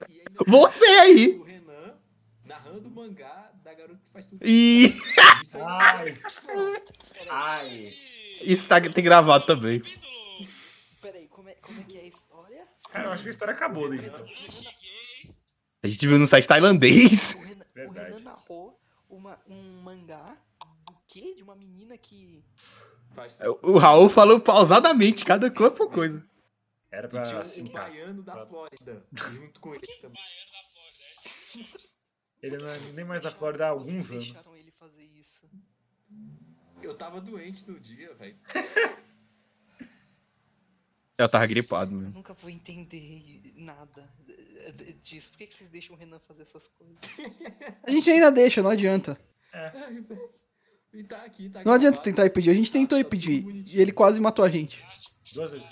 [SPEAKER 8] E- e ainda-
[SPEAKER 7] Você aí!
[SPEAKER 8] O Renan narrando o mangá da garota que faz tudo.
[SPEAKER 7] E
[SPEAKER 8] Isso aí.
[SPEAKER 6] Ai. Ai.
[SPEAKER 7] isso tá, tem gravado também.
[SPEAKER 10] Peraí, como é, como é que é a história?
[SPEAKER 6] Cara, eu acho que a história acabou desde então.
[SPEAKER 7] A gente viu no site tailandês.
[SPEAKER 10] O Renan, o
[SPEAKER 6] Verdade.
[SPEAKER 10] Renan narrou uma, um mangá do quê? De uma menina que.
[SPEAKER 8] Faz
[SPEAKER 7] O Raul falou pausadamente cada coisa por coisa.
[SPEAKER 6] Era
[SPEAKER 8] E tinha
[SPEAKER 6] pra
[SPEAKER 8] um
[SPEAKER 6] sincar.
[SPEAKER 8] baiano da
[SPEAKER 6] Tá.
[SPEAKER 8] Flórida junto com ele também.
[SPEAKER 6] Ele não é nem mais da
[SPEAKER 10] Deixaram-
[SPEAKER 6] Flórida há alguns
[SPEAKER 10] vocês
[SPEAKER 6] anos.
[SPEAKER 10] deixaram ele fazer isso.
[SPEAKER 8] Eu tava doente no dia, velho.
[SPEAKER 7] Eu tava gripado, mano.
[SPEAKER 10] Eu nunca vou entender nada eh, eh, disso. Por que, que vocês deixam o Renan fazer essas coisas?
[SPEAKER 5] a gente ainda deixa, não adianta.
[SPEAKER 8] Ai, velho. E tá aqui, tá
[SPEAKER 5] Não adianta
[SPEAKER 8] gravado.
[SPEAKER 5] tentar impedir. A gente tentou impedir. E ele quase matou a gente.
[SPEAKER 6] Duas vezes.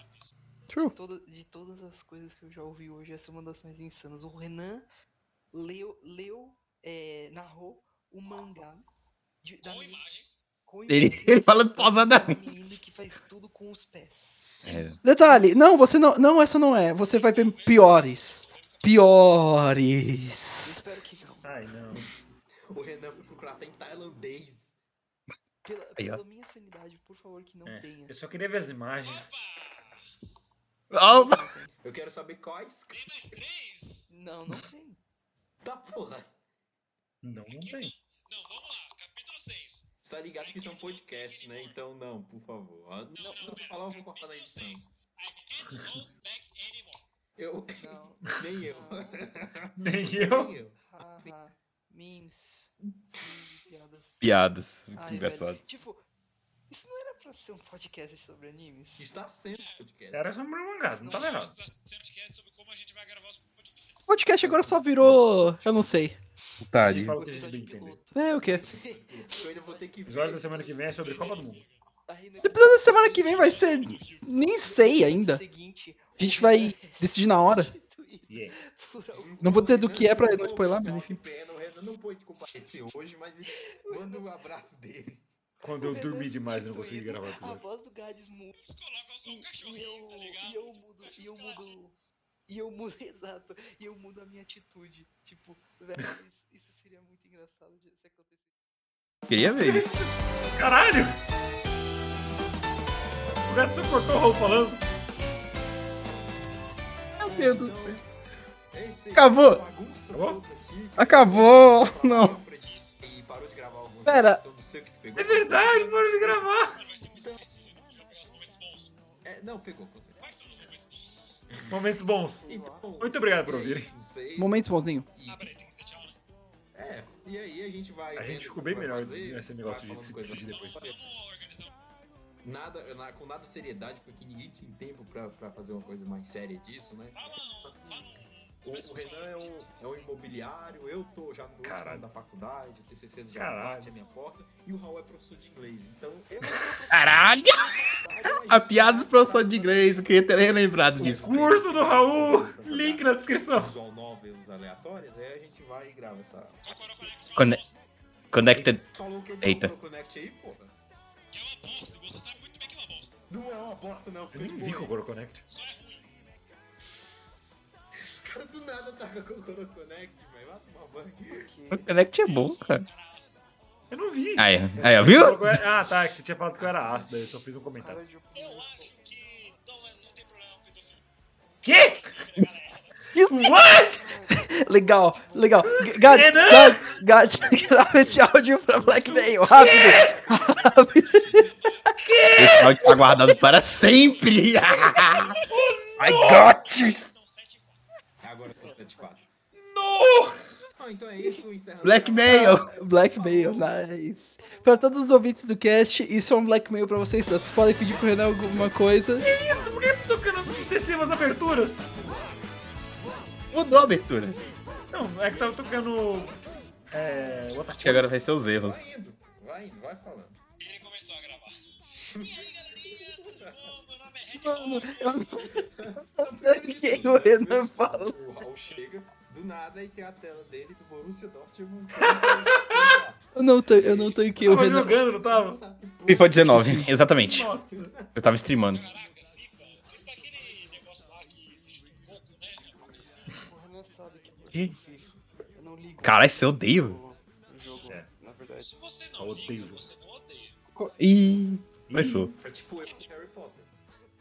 [SPEAKER 5] True.
[SPEAKER 10] Toda- de todas as coisas que eu já ouvi hoje, essa é uma das mais insanas. O Renan leu, leu eh, narrou o mangá de- da menina- com
[SPEAKER 7] Ele,
[SPEAKER 10] imagens
[SPEAKER 7] ele falando
[SPEAKER 10] da
[SPEAKER 7] pausadamente.
[SPEAKER 10] menina que faz tudo com os pés.
[SPEAKER 5] Detalhe, não, você não. Não, essa não é. Você vai ver piores.
[SPEAKER 10] Eu
[SPEAKER 5] Piores.
[SPEAKER 10] espero que não.
[SPEAKER 6] Ai, não.
[SPEAKER 8] O Renan foi procurar até em tailandês.
[SPEAKER 10] Pela,
[SPEAKER 7] Aí, ó.
[SPEAKER 10] pela minha sanidade, por favor, que não
[SPEAKER 6] É,
[SPEAKER 10] tenha.
[SPEAKER 6] Eu só queria ver as imagens.
[SPEAKER 7] Ó,
[SPEAKER 8] Eu quero saber é quais.
[SPEAKER 10] Não, não tem.
[SPEAKER 8] Tá porra.
[SPEAKER 6] Não, não tem.
[SPEAKER 8] Você tá ligado que isso é um podcast, né? Então não, por favor. Ah, Não, não, se eu falar, eu vou cortar na edição. Eu.
[SPEAKER 10] Não.
[SPEAKER 8] Nem eu.
[SPEAKER 6] Nem eu.
[SPEAKER 8] Nem eu.
[SPEAKER 10] Haha. Memes. memes, Piadas.
[SPEAKER 7] Piadas. Muito
[SPEAKER 10] Ai,
[SPEAKER 7] engraçado.
[SPEAKER 10] velho. Tipo, isso não era pra ser um podcast sobre animes?
[SPEAKER 8] Está sendo podcast.
[SPEAKER 6] Era sobre um mangá, não tava errado.
[SPEAKER 5] O podcast agora só virou. Eu não sei.
[SPEAKER 6] Ele
[SPEAKER 7] Putaria.
[SPEAKER 6] falou que a é gente bem entender.
[SPEAKER 10] Tipo, piloto.
[SPEAKER 5] É o quê?
[SPEAKER 8] Eu ainda vou ter que
[SPEAKER 6] O episódio da semana que vem é sobre Copa do Mundo.
[SPEAKER 10] Aí, né,
[SPEAKER 5] Depois da semana que vem vai ser. Nem sei ainda.
[SPEAKER 10] Seguinte, é,
[SPEAKER 5] A gente vai decidir na hora.
[SPEAKER 6] E é. aí?
[SPEAKER 10] Por algum-
[SPEAKER 5] Não vou dizer do que é pra não
[SPEAKER 8] Desculpa,
[SPEAKER 5] spoiler, mas
[SPEAKER 8] pessoal,
[SPEAKER 5] enfim.
[SPEAKER 8] que Pena, o Renan não pôde comparecer hoje, mas ele manda um abraço dele.
[SPEAKER 6] Quando eu
[SPEAKER 10] Renan
[SPEAKER 6] dormi demais, eu não consegui gravar
[SPEAKER 10] substituído,
[SPEAKER 6] o
[SPEAKER 10] A
[SPEAKER 6] episódio.
[SPEAKER 10] voz do Gades muda.
[SPEAKER 9] é um
[SPEAKER 10] E, e eu, e
[SPEAKER 9] tá
[SPEAKER 10] eu mudo, e eu mudo. E eu mudo, exato. E eu mudo a minha atitude. Tipo, velho, isso, isso seria muito engraçado de- se acontecer.
[SPEAKER 7] Queria ver isso.
[SPEAKER 6] Caralho! O gato só cortou o Raul falando.
[SPEAKER 7] Meu Deus do céu.
[SPEAKER 8] Então, Esse
[SPEAKER 7] Acabou.
[SPEAKER 8] bagunça
[SPEAKER 6] Acabou?
[SPEAKER 8] toda aqui.
[SPEAKER 7] Acabou. Não.
[SPEAKER 8] E parou de gravar alguma
[SPEAKER 5] Pera.
[SPEAKER 7] Então,
[SPEAKER 8] questão do seu que pegou.
[SPEAKER 6] É verdade, parou de gravar.
[SPEAKER 8] É, não, pegou, com certeza.
[SPEAKER 6] Momentos bons.
[SPEAKER 8] Então,
[SPEAKER 6] Muito obrigado por
[SPEAKER 8] é
[SPEAKER 6] ouvirem.
[SPEAKER 10] Ah,
[SPEAKER 8] isso, não sei.
[SPEAKER 10] né?
[SPEAKER 5] Momentos bons nenhum.
[SPEAKER 8] É,
[SPEAKER 7] E aí a gente vai.
[SPEAKER 6] A gente
[SPEAKER 7] vendo
[SPEAKER 6] ficou
[SPEAKER 7] como
[SPEAKER 6] bem
[SPEAKER 7] vai
[SPEAKER 6] melhor
[SPEAKER 7] fazer,
[SPEAKER 6] nesse negócio
[SPEAKER 7] vai
[SPEAKER 6] de
[SPEAKER 7] falando
[SPEAKER 6] se
[SPEAKER 7] coisa
[SPEAKER 6] discutir
[SPEAKER 7] pra
[SPEAKER 10] É.
[SPEAKER 6] depois.
[SPEAKER 7] fazer. Nada, na- com nada seriedade, porque ninguém tem tempo pra, pra fazer uma coisa mais séria disso, né? O, o Renan é um, é um imobiliário, eu tô já no último ano da faculdade, o TCC já
[SPEAKER 6] Caralho.
[SPEAKER 7] bate a minha porta, e o Raul é professor de inglês, então eu
[SPEAKER 11] Caralho! A piada do professor de inglês, eu queria ter relembrado disso.
[SPEAKER 6] Curso do Raul! Link na descrição.
[SPEAKER 7] Visual novels aleatórios, aí a gente vai e grava essa.
[SPEAKER 11] Conne-
[SPEAKER 10] é-
[SPEAKER 9] É
[SPEAKER 11] Connected.
[SPEAKER 7] Falou que eu
[SPEAKER 11] Eita.
[SPEAKER 7] o Connect aí, porra. Que é uma bosta, você sabe muito bem que é uma bosta. Não é uma bosta, não.
[SPEAKER 6] Eu nem vi Cocoro Connect.
[SPEAKER 7] Os caras do nada taca com o Coro Connect, velho. Vai tomar banho.
[SPEAKER 11] O Connect é bom, cara.
[SPEAKER 6] Eu não vi.
[SPEAKER 11] Aí, aí, ó, viu?
[SPEAKER 6] Cocoro- Ah, tá, que você tinha falado que eu era ácido, aí eu só fiz um comentário. Que?
[SPEAKER 5] Isso,
[SPEAKER 6] What?
[SPEAKER 5] Legal, legal. G- Gats,
[SPEAKER 6] Renan!
[SPEAKER 5] Gats, Gats, grava esse áudio pra Black Veil, rápido.
[SPEAKER 11] Esse áudio tá guardado para sempre. I got you.
[SPEAKER 7] É Agora são 74.
[SPEAKER 6] No!
[SPEAKER 7] Ah, então é isso, encerrando.
[SPEAKER 11] Blackmail.
[SPEAKER 5] Blackmail, nice. Pra todos os ouvintes do cast, isso é um blackmail pra vocês. Vocês podem pedir pro Renan alguma coisa.
[SPEAKER 6] Isso, por que tá tocando sucessivas aberturas?
[SPEAKER 7] Tá.
[SPEAKER 11] Mudou a abertura.
[SPEAKER 6] Não, é que tava tocando. É. What the
[SPEAKER 11] Acho que agora vai ser os erros.
[SPEAKER 7] Vai indo, vai indo, vai falando.
[SPEAKER 9] Ele começou a gravar.
[SPEAKER 10] é
[SPEAKER 5] Mano, eu não sei o que o Renan fala.
[SPEAKER 7] O Raul chega, do nada, e tem a tela dele do Borussia Dortmund. Ele
[SPEAKER 5] Eu não, tan- eu não tanquei o
[SPEAKER 6] tava
[SPEAKER 5] Renan.
[SPEAKER 6] jogando, não tava?
[SPEAKER 7] não sabe porra
[SPEAKER 11] FIFA 19, exatamente.
[SPEAKER 6] Nossa.
[SPEAKER 11] Eu tava streamando.
[SPEAKER 9] Caraca, FIFA. FIFA é aquele negócio lá que você chuta um coco, né? Uma coisa assim.
[SPEAKER 10] O Renan sabe que eu gosto
[SPEAKER 11] Ih.
[SPEAKER 10] de FIFA. Eu não ligo.
[SPEAKER 11] Caralho, você odeia, velho.
[SPEAKER 10] o jogo,
[SPEAKER 6] É.
[SPEAKER 10] na verdade.
[SPEAKER 9] Se você
[SPEAKER 6] Eu
[SPEAKER 9] não
[SPEAKER 6] odeio
[SPEAKER 9] liga,
[SPEAKER 6] jogo.
[SPEAKER 9] você não odeia.
[SPEAKER 11] Ih, começou.
[SPEAKER 7] É tipo eu com Harry Potter.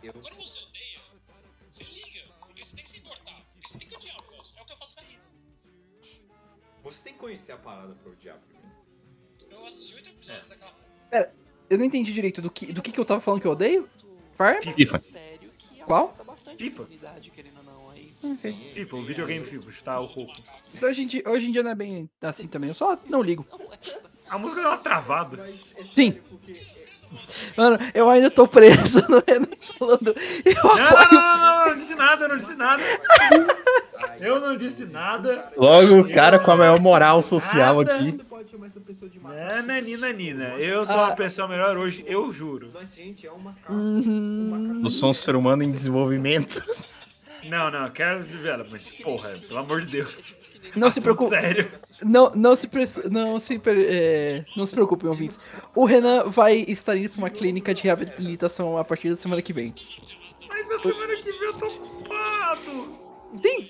[SPEAKER 7] Eu
[SPEAKER 9] Quando você odeia, você liga. Porque você tem que se importar. Porque você tem que odiar o negócio. É o que eu faço com a Riz.
[SPEAKER 7] Você tem que conhecer a parada pra odiar primeiro.
[SPEAKER 9] Eu assisti oito episódios daquela porra.
[SPEAKER 5] Eu não entendi direito do que, do que, que eu tava falando que eu odeio? Farm?
[SPEAKER 11] FIFA.
[SPEAKER 10] Sério que
[SPEAKER 5] Qual?
[SPEAKER 10] afeta bastante
[SPEAKER 6] FIFA.
[SPEAKER 10] a comunidade, querendo ou não, aí.
[SPEAKER 6] Tipo, o videogame FIFA, chutar o coco.
[SPEAKER 5] Então, hoje, em dia, hoje em dia não é bem assim também, eu só não ligo.
[SPEAKER 6] A música deu uma travada.
[SPEAKER 7] Mas é
[SPEAKER 5] Sim.
[SPEAKER 7] sério, porque
[SPEAKER 5] Mano, eu ainda tô preso no Renan falando. Eu
[SPEAKER 6] Não, não, não,
[SPEAKER 5] apoio.
[SPEAKER 6] não, não, eu não disse nada, eu não disse nada. Eu não disse nada.
[SPEAKER 11] Logo o cara com a maior moral social aqui.
[SPEAKER 7] Você pode chamar essa pessoa de macaco.
[SPEAKER 6] Nana, Né, nina, nina. Eu
[SPEAKER 5] Ah.
[SPEAKER 6] sou uma pessoa melhor hoje, eu juro.
[SPEAKER 7] Nós, gente, é um macaco. Um
[SPEAKER 5] Uhum.
[SPEAKER 7] macaco.
[SPEAKER 11] Eu sou um ser humano em desenvolvimento.
[SPEAKER 6] Não, não, quero development. Porra, pelo amor de Deus.
[SPEAKER 5] Não
[SPEAKER 6] um
[SPEAKER 5] se preocupe.
[SPEAKER 6] Sério.
[SPEAKER 5] Não, não se, preocu- não, se pre- é, não se preocupe, ouvintes. O Renan vai estar indo pra uma clínica de reabilitação a partir da semana que vem.
[SPEAKER 6] Mas na semana que vem eu tô ocupado.
[SPEAKER 5] Sim,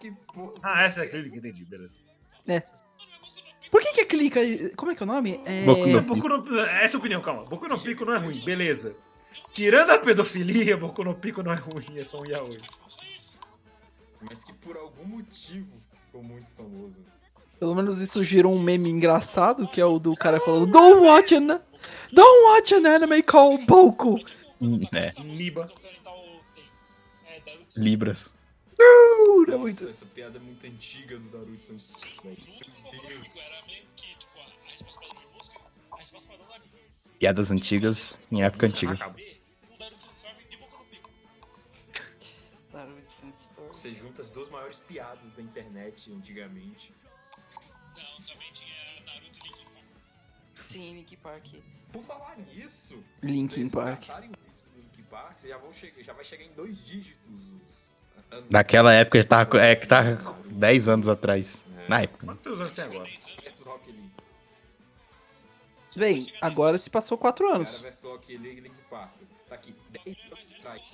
[SPEAKER 7] Que porra.
[SPEAKER 6] Ah, essa é a clínica, entendi, beleza.
[SPEAKER 5] por que que a clínica... Como é que é o nome? É...
[SPEAKER 11] Boku no-
[SPEAKER 6] Não, Boku no- Essa é a opinião, calma. Boku no Pico não é ruim, beleza. Tirando a pedofilia, Boku no Pico não é ruim, é só um yaoi.
[SPEAKER 7] Mas que por algum motivo ficou muito famoso.
[SPEAKER 5] Pelo menos isso gerou um meme engraçado, que é o do cara falando Don't watch an, don't watch an anime called Boku.
[SPEAKER 9] tipo,
[SPEAKER 11] É,
[SPEAKER 6] Niba.
[SPEAKER 11] Libras.
[SPEAKER 5] Uh, é
[SPEAKER 7] Nossa,
[SPEAKER 5] muito...
[SPEAKER 7] essa piada é muito antiga do Naruto Sanji. Meu Deus.
[SPEAKER 9] Era meio que, tipo, a a resposta pra dar uma música, a resposta pra dar uma música.
[SPEAKER 11] Piadas antigas em época antiga.
[SPEAKER 9] Um Naruto Uniforme de boca no pico.
[SPEAKER 10] Naruto Sandstorm.
[SPEAKER 7] Você junta as duas maiores piadas da internet antigamente.
[SPEAKER 9] Não, também tinha Naruto né? Link.
[SPEAKER 10] Sim, Nick Park.
[SPEAKER 7] Por falar nisso,
[SPEAKER 5] Linkin
[SPEAKER 7] vocês
[SPEAKER 5] Park.
[SPEAKER 7] passarem o vídeo do Linkin Park, vocês já, vão chegar, já vai chegar em dois dígitos. os anos-
[SPEAKER 11] Naquela época, ele tava, com- é que tava com 10 anos atrás. Na época. né?
[SPEAKER 6] Quantos anos tem agora?
[SPEAKER 7] versus Rock Lee.
[SPEAKER 5] Bem, agora se passou quatro
[SPEAKER 7] Cara
[SPEAKER 5] anos.
[SPEAKER 7] versus Rock Lee e Linkin Park. Tá aqui, 10 anos
[SPEAKER 9] é
[SPEAKER 7] atrás.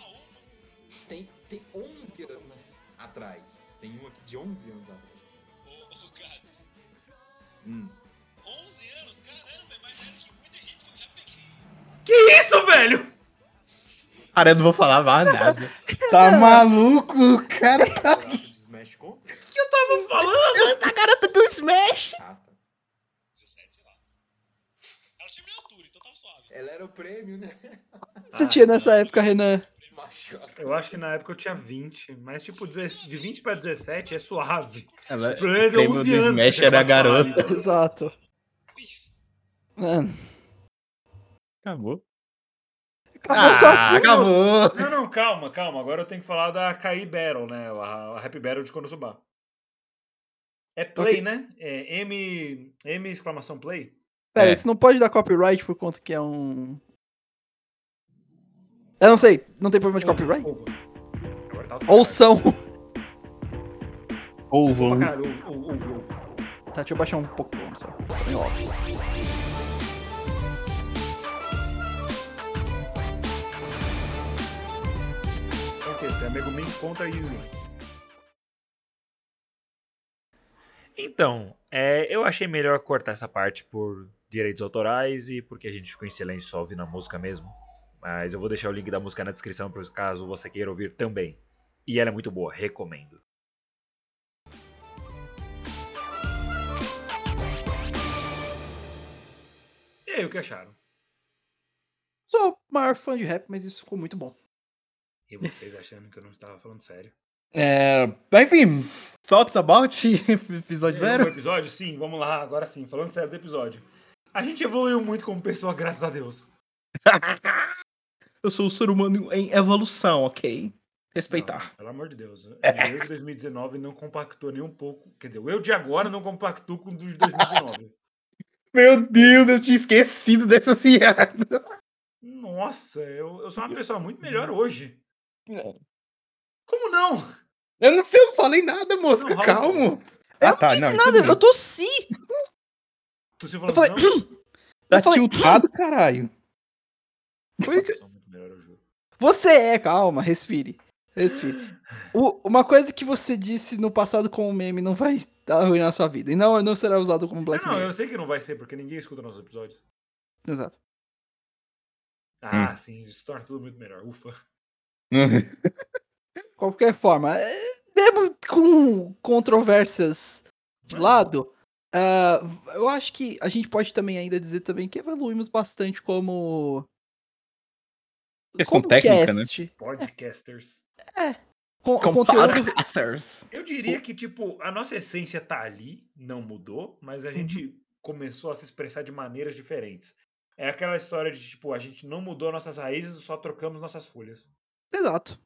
[SPEAKER 7] Tem, tem 11 anos atrás. Tem um aqui de 11 anos atrás.
[SPEAKER 9] Ô, ô, Gats.
[SPEAKER 7] Hum.
[SPEAKER 9] 11 anos? Caramba, é mais velho que muita gente que eu já peguei.
[SPEAKER 6] Que isso, velho?
[SPEAKER 11] Cara, eu não vou falar mais nada. Tá
[SPEAKER 5] É.
[SPEAKER 11] maluco, cara?
[SPEAKER 7] Buraco um de Smash contra?
[SPEAKER 6] Tava falando?
[SPEAKER 11] A garota do Smash!
[SPEAKER 7] Ah, tá.
[SPEAKER 9] 17, sei lá. É Ela tinha minha altura, então tava suave.
[SPEAKER 7] Ela era o prêmio, né?
[SPEAKER 5] Você tinha nessa época, Renan?
[SPEAKER 7] Macho.
[SPEAKER 6] Eu acho que na época eu tinha 20, mas tipo, deze- de 20 pra 17 é suave.
[SPEAKER 7] Ela,
[SPEAKER 6] O problema é que
[SPEAKER 7] o
[SPEAKER 6] eu
[SPEAKER 7] prêmio do
[SPEAKER 6] 11 anos pra
[SPEAKER 7] Smash
[SPEAKER 6] chegar
[SPEAKER 7] era
[SPEAKER 6] no salário.
[SPEAKER 7] garoto.
[SPEAKER 5] Exato. Mano.
[SPEAKER 7] Acabou.
[SPEAKER 5] Acabou só
[SPEAKER 11] Ah,
[SPEAKER 5] assim, ó.
[SPEAKER 7] Ah, acabou.
[SPEAKER 6] Não, não, calma, calma. Agora eu tenho que falar da KI Battle, né? A, a Rap Battle de Konosuba. É play,
[SPEAKER 5] Ok.
[SPEAKER 6] né? É M, M exclamação play.
[SPEAKER 5] Pera,
[SPEAKER 7] É.
[SPEAKER 5] isso não pode dar copyright por conta que é um. Eu não sei, não tem problema de copyright?
[SPEAKER 6] Uva. Agora tá
[SPEAKER 5] Ou são.
[SPEAKER 7] Ou
[SPEAKER 6] Pô,
[SPEAKER 7] vão.
[SPEAKER 6] cara, o- o- o- o-
[SPEAKER 5] Tá, deixa eu baixar um pouco, vamos só. Bem óbvio.
[SPEAKER 6] Ok, você é Megumin contra Yuri.
[SPEAKER 1] Então, é, eu achei melhor cortar essa parte por direitos autorais e porque a gente ficou em silêncio só ouvindo a música mesmo. Mas eu vou deixar o link da música na descrição por caso você queira ouvir também. E ela é muito boa, recomendo.
[SPEAKER 6] E aí, o que acharam?
[SPEAKER 5] Sou o maior fã de rap, mas isso ficou muito bom.
[SPEAKER 6] E vocês achando que eu não estava falando sério?
[SPEAKER 7] É, enfim, thoughts about episódio
[SPEAKER 6] Tá O
[SPEAKER 7] zero?
[SPEAKER 6] episódio? Sim, vamos lá, agora sim, falando sério do episódio. A gente evoluiu muito como pessoa, graças a Deus.
[SPEAKER 7] Eu sou um ser humano em evolução, ok? Respeitar.
[SPEAKER 6] Não, pelo amor de Deus.
[SPEAKER 5] É.
[SPEAKER 6] Eu de 2019 não compactou nem um pouco. Quer dizer, eu de agora não compactuo com o de 2019.
[SPEAKER 7] Meu Deus, eu tinha esquecido dessa piada.
[SPEAKER 6] Nossa, eu, eu sou uma pessoa muito melhor hoje.
[SPEAKER 5] É.
[SPEAKER 6] Como não?
[SPEAKER 7] Eu não sei, eu não falei nada, moça,
[SPEAKER 6] Não, Raul.
[SPEAKER 7] calmo.
[SPEAKER 5] Eu
[SPEAKER 7] tá,
[SPEAKER 5] não disse
[SPEAKER 7] então
[SPEAKER 5] nada,
[SPEAKER 7] tudo
[SPEAKER 5] eu tossi!
[SPEAKER 6] Tu se
[SPEAKER 5] Eu
[SPEAKER 6] falando
[SPEAKER 5] falei.
[SPEAKER 6] não?
[SPEAKER 7] Tá
[SPEAKER 5] Eu falei- "Hum?"
[SPEAKER 7] tiltado, caralho.
[SPEAKER 5] Foi
[SPEAKER 6] Eu sou muito melhor, eu juro.
[SPEAKER 5] Você é, calma, respire. Respire. O- uma coisa que você disse no passado com o meme não vai arruinar a sua vida. E não, não será usado como Black
[SPEAKER 6] Não, não,
[SPEAKER 5] Mirror.
[SPEAKER 6] eu sei que não vai ser, porque ninguém escuta nossos episódios.
[SPEAKER 5] Exato. Hum.
[SPEAKER 6] Ah, sim, isso torna tudo muito melhor. Ufa.
[SPEAKER 5] Qualquer forma, é, mesmo com controvérsias de lado, ah, eu acho que a gente pode também ainda dizer também que evoluímos bastante como.
[SPEAKER 7] Questão
[SPEAKER 5] como
[SPEAKER 7] técnica, né?
[SPEAKER 5] cast,
[SPEAKER 6] Podcasters.
[SPEAKER 5] Com,
[SPEAKER 7] Com
[SPEAKER 5] conteúdo,
[SPEAKER 7] podcasters.
[SPEAKER 6] Eu diria que, tipo, a nossa essência tá ali, não mudou, mas a gente começou a se expressar de maneiras diferentes. É aquela história de, tipo, a gente não mudou nossas raízes, só trocamos nossas folhas.
[SPEAKER 5] Exato.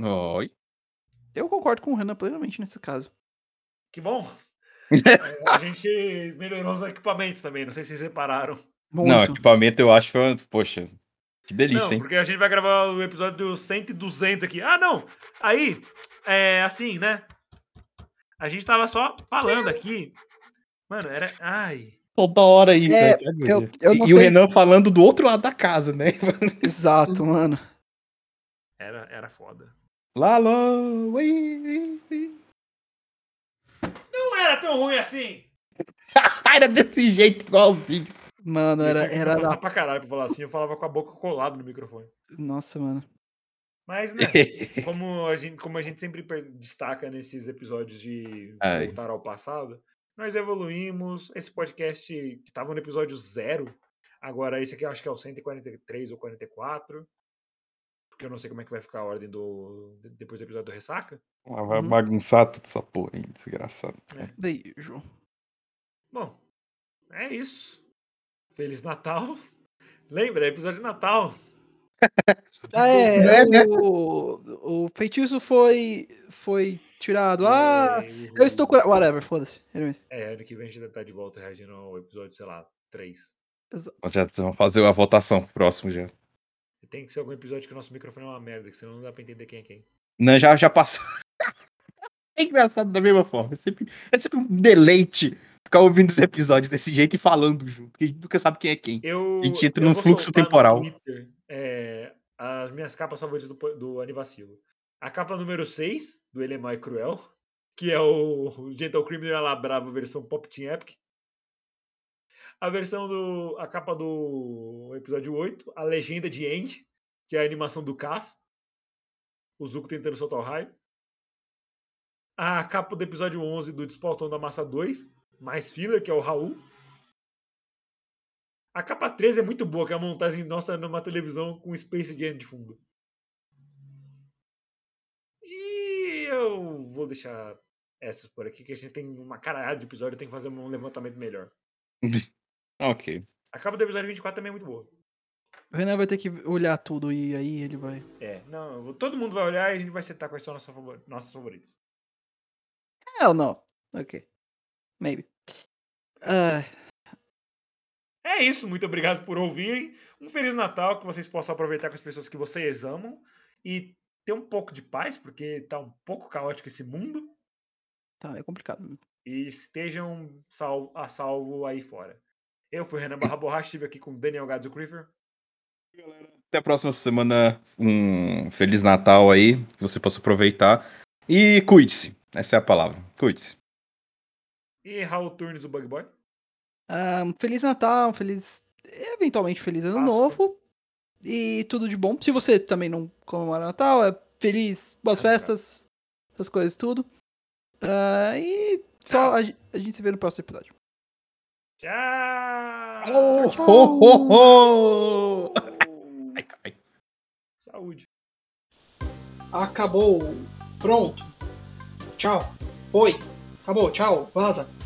[SPEAKER 7] Oi.
[SPEAKER 5] Eu concordo com o Renan plenamente nesse caso.
[SPEAKER 6] Que bom! É, a gente melhorou os equipamentos também, não sei se vocês repararam.
[SPEAKER 7] Não, é
[SPEAKER 5] Muito.
[SPEAKER 7] equipamento eu acho. Poxa, que delícia,
[SPEAKER 6] Não,
[SPEAKER 7] hein?
[SPEAKER 6] porque a gente vai gravar o episódio do 100 e 200 aqui. Ah, não! Aí, é assim, né? A gente tava só falando aqui. Mano, era. Ai.
[SPEAKER 7] Toda hora isso.
[SPEAKER 5] É,
[SPEAKER 7] né? Que agulha.
[SPEAKER 5] eu- eu
[SPEAKER 7] e
[SPEAKER 5] não
[SPEAKER 7] e o
[SPEAKER 5] sei-
[SPEAKER 7] Renan falando do outro lado da casa, né?
[SPEAKER 5] Exato, mano.
[SPEAKER 6] Era, era foda.
[SPEAKER 7] Lalo, ui, ui, ui.
[SPEAKER 6] Não era tão ruim assim!
[SPEAKER 7] Era desse jeito, igualzinho.
[SPEAKER 5] Mano,
[SPEAKER 6] Eu
[SPEAKER 5] era,
[SPEAKER 6] tinha que
[SPEAKER 5] era
[SPEAKER 6] forçar
[SPEAKER 5] da.
[SPEAKER 6] pra caralho pra falar assim, eu falava com a boca colada no microfone.
[SPEAKER 5] Nossa, mano.
[SPEAKER 6] Mas, né, como a gente, como a gente sempre per- destaca nesses episódios de
[SPEAKER 7] Ai.
[SPEAKER 6] voltar ao passado, nós evoluímos. Esse podcast que tava no episódio zero, agora esse aqui eu acho que é o 143 ou 44, porque eu não sei como é que vai ficar a ordem do de- depois do episódio do Ressaca.
[SPEAKER 7] Ah, vai
[SPEAKER 5] Uhum.
[SPEAKER 7] bagunçar toda essa porra, hein? Desgraçado.
[SPEAKER 5] Daí, João.
[SPEAKER 6] Bom, é isso. Feliz Natal. Lembra, é episódio de Natal.
[SPEAKER 5] Ah, é,
[SPEAKER 7] Né, né?
[SPEAKER 5] o, o feitiço foi, foi tirado. Ah, eu estou curado. Whatever, foda-se. Era isso.
[SPEAKER 6] É, ano que vem a gente vai estar de volta reagindo ao episódio, sei lá, 3.
[SPEAKER 7] Já vamos fazer a votação pro próximo já.
[SPEAKER 6] Tem que ser algum episódio que o nosso microfone é uma merda, que senão não dá pra entender quem é quem.
[SPEAKER 7] Não, já, já passou. É engraçado da mesma forma. É sempre, é sempre um deleite ficar ouvindo os episódios desse jeito e falando junto. Que a gente nunca sabe quem é quem.
[SPEAKER 6] Eu,
[SPEAKER 7] A gente entra
[SPEAKER 6] eu
[SPEAKER 7] num
[SPEAKER 6] vou
[SPEAKER 7] fluxo
[SPEAKER 6] soltar no
[SPEAKER 7] temporal.
[SPEAKER 6] Twitter, é, as minhas capas favoritas do, po- do Anivacilo. A capa número 6, do Ele é Mau e Cruel, que é o o Gentle Criminal e Ela Brava, versão Pop Team Epic. A versão do. A capa do episódio 8, a legenda de End, que é a animação do Cass. O Zuko tentando soltar o raio. A capa do episódio 11 do Despautão da Massa 2, mais filler, que é o Raul. A capa 13 é muito boa, que é a montagem nossa numa televisão com Space Jam de fundo. E eu vou deixar essas por aqui, que a gente tem uma caralhada de episódio, tem que fazer um levantamento melhor.
[SPEAKER 7] ok.
[SPEAKER 6] Acaba do episódio 24 também é muito boa.
[SPEAKER 5] O Renan vai ter que olhar tudo e aí ele vai.
[SPEAKER 6] É, não, eu vou- todo mundo vai olhar e a gente vai citar quais são nossas favor- nossos favoritos.
[SPEAKER 5] É ou não? Ok. Maybe. Ah,
[SPEAKER 6] É isso, muito obrigado por ouvirem. Um Feliz Natal, que vocês possam aproveitar com as pessoas que vocês amam e ter um pouco de paz, porque tá um pouco caótico esse mundo.
[SPEAKER 5] tá, é complicado.
[SPEAKER 6] E estejam salvo, a salvo aí fora. Eu fui Renan Barra Borracha, estive aqui com Daniel Gadzo Creeper.
[SPEAKER 7] Até a próxima semana. Um Feliz Natal aí, que você possa aproveitar. E cuide-se. Essa é a palavra. Cuide-se.
[SPEAKER 6] E Raul Turnes, o Bug Boy.
[SPEAKER 5] Ah, um feliz Natal, um feliz. Eventualmente feliz ano
[SPEAKER 6] Páscoa.
[SPEAKER 5] novo. E tudo de bom. Se você também não comemora Natal, é feliz, boas
[SPEAKER 6] Ah, tá.
[SPEAKER 5] festas, essas coisas tudo. Ah, e só a, ge- a gente se vê no próximo episódio.
[SPEAKER 6] Tchau!
[SPEAKER 7] Ho, ho, ho! Ai, ai.
[SPEAKER 6] Saúde.
[SPEAKER 12] Acabou. Pronto. Tchau. Foi. Acabou. Tchau. Vaza.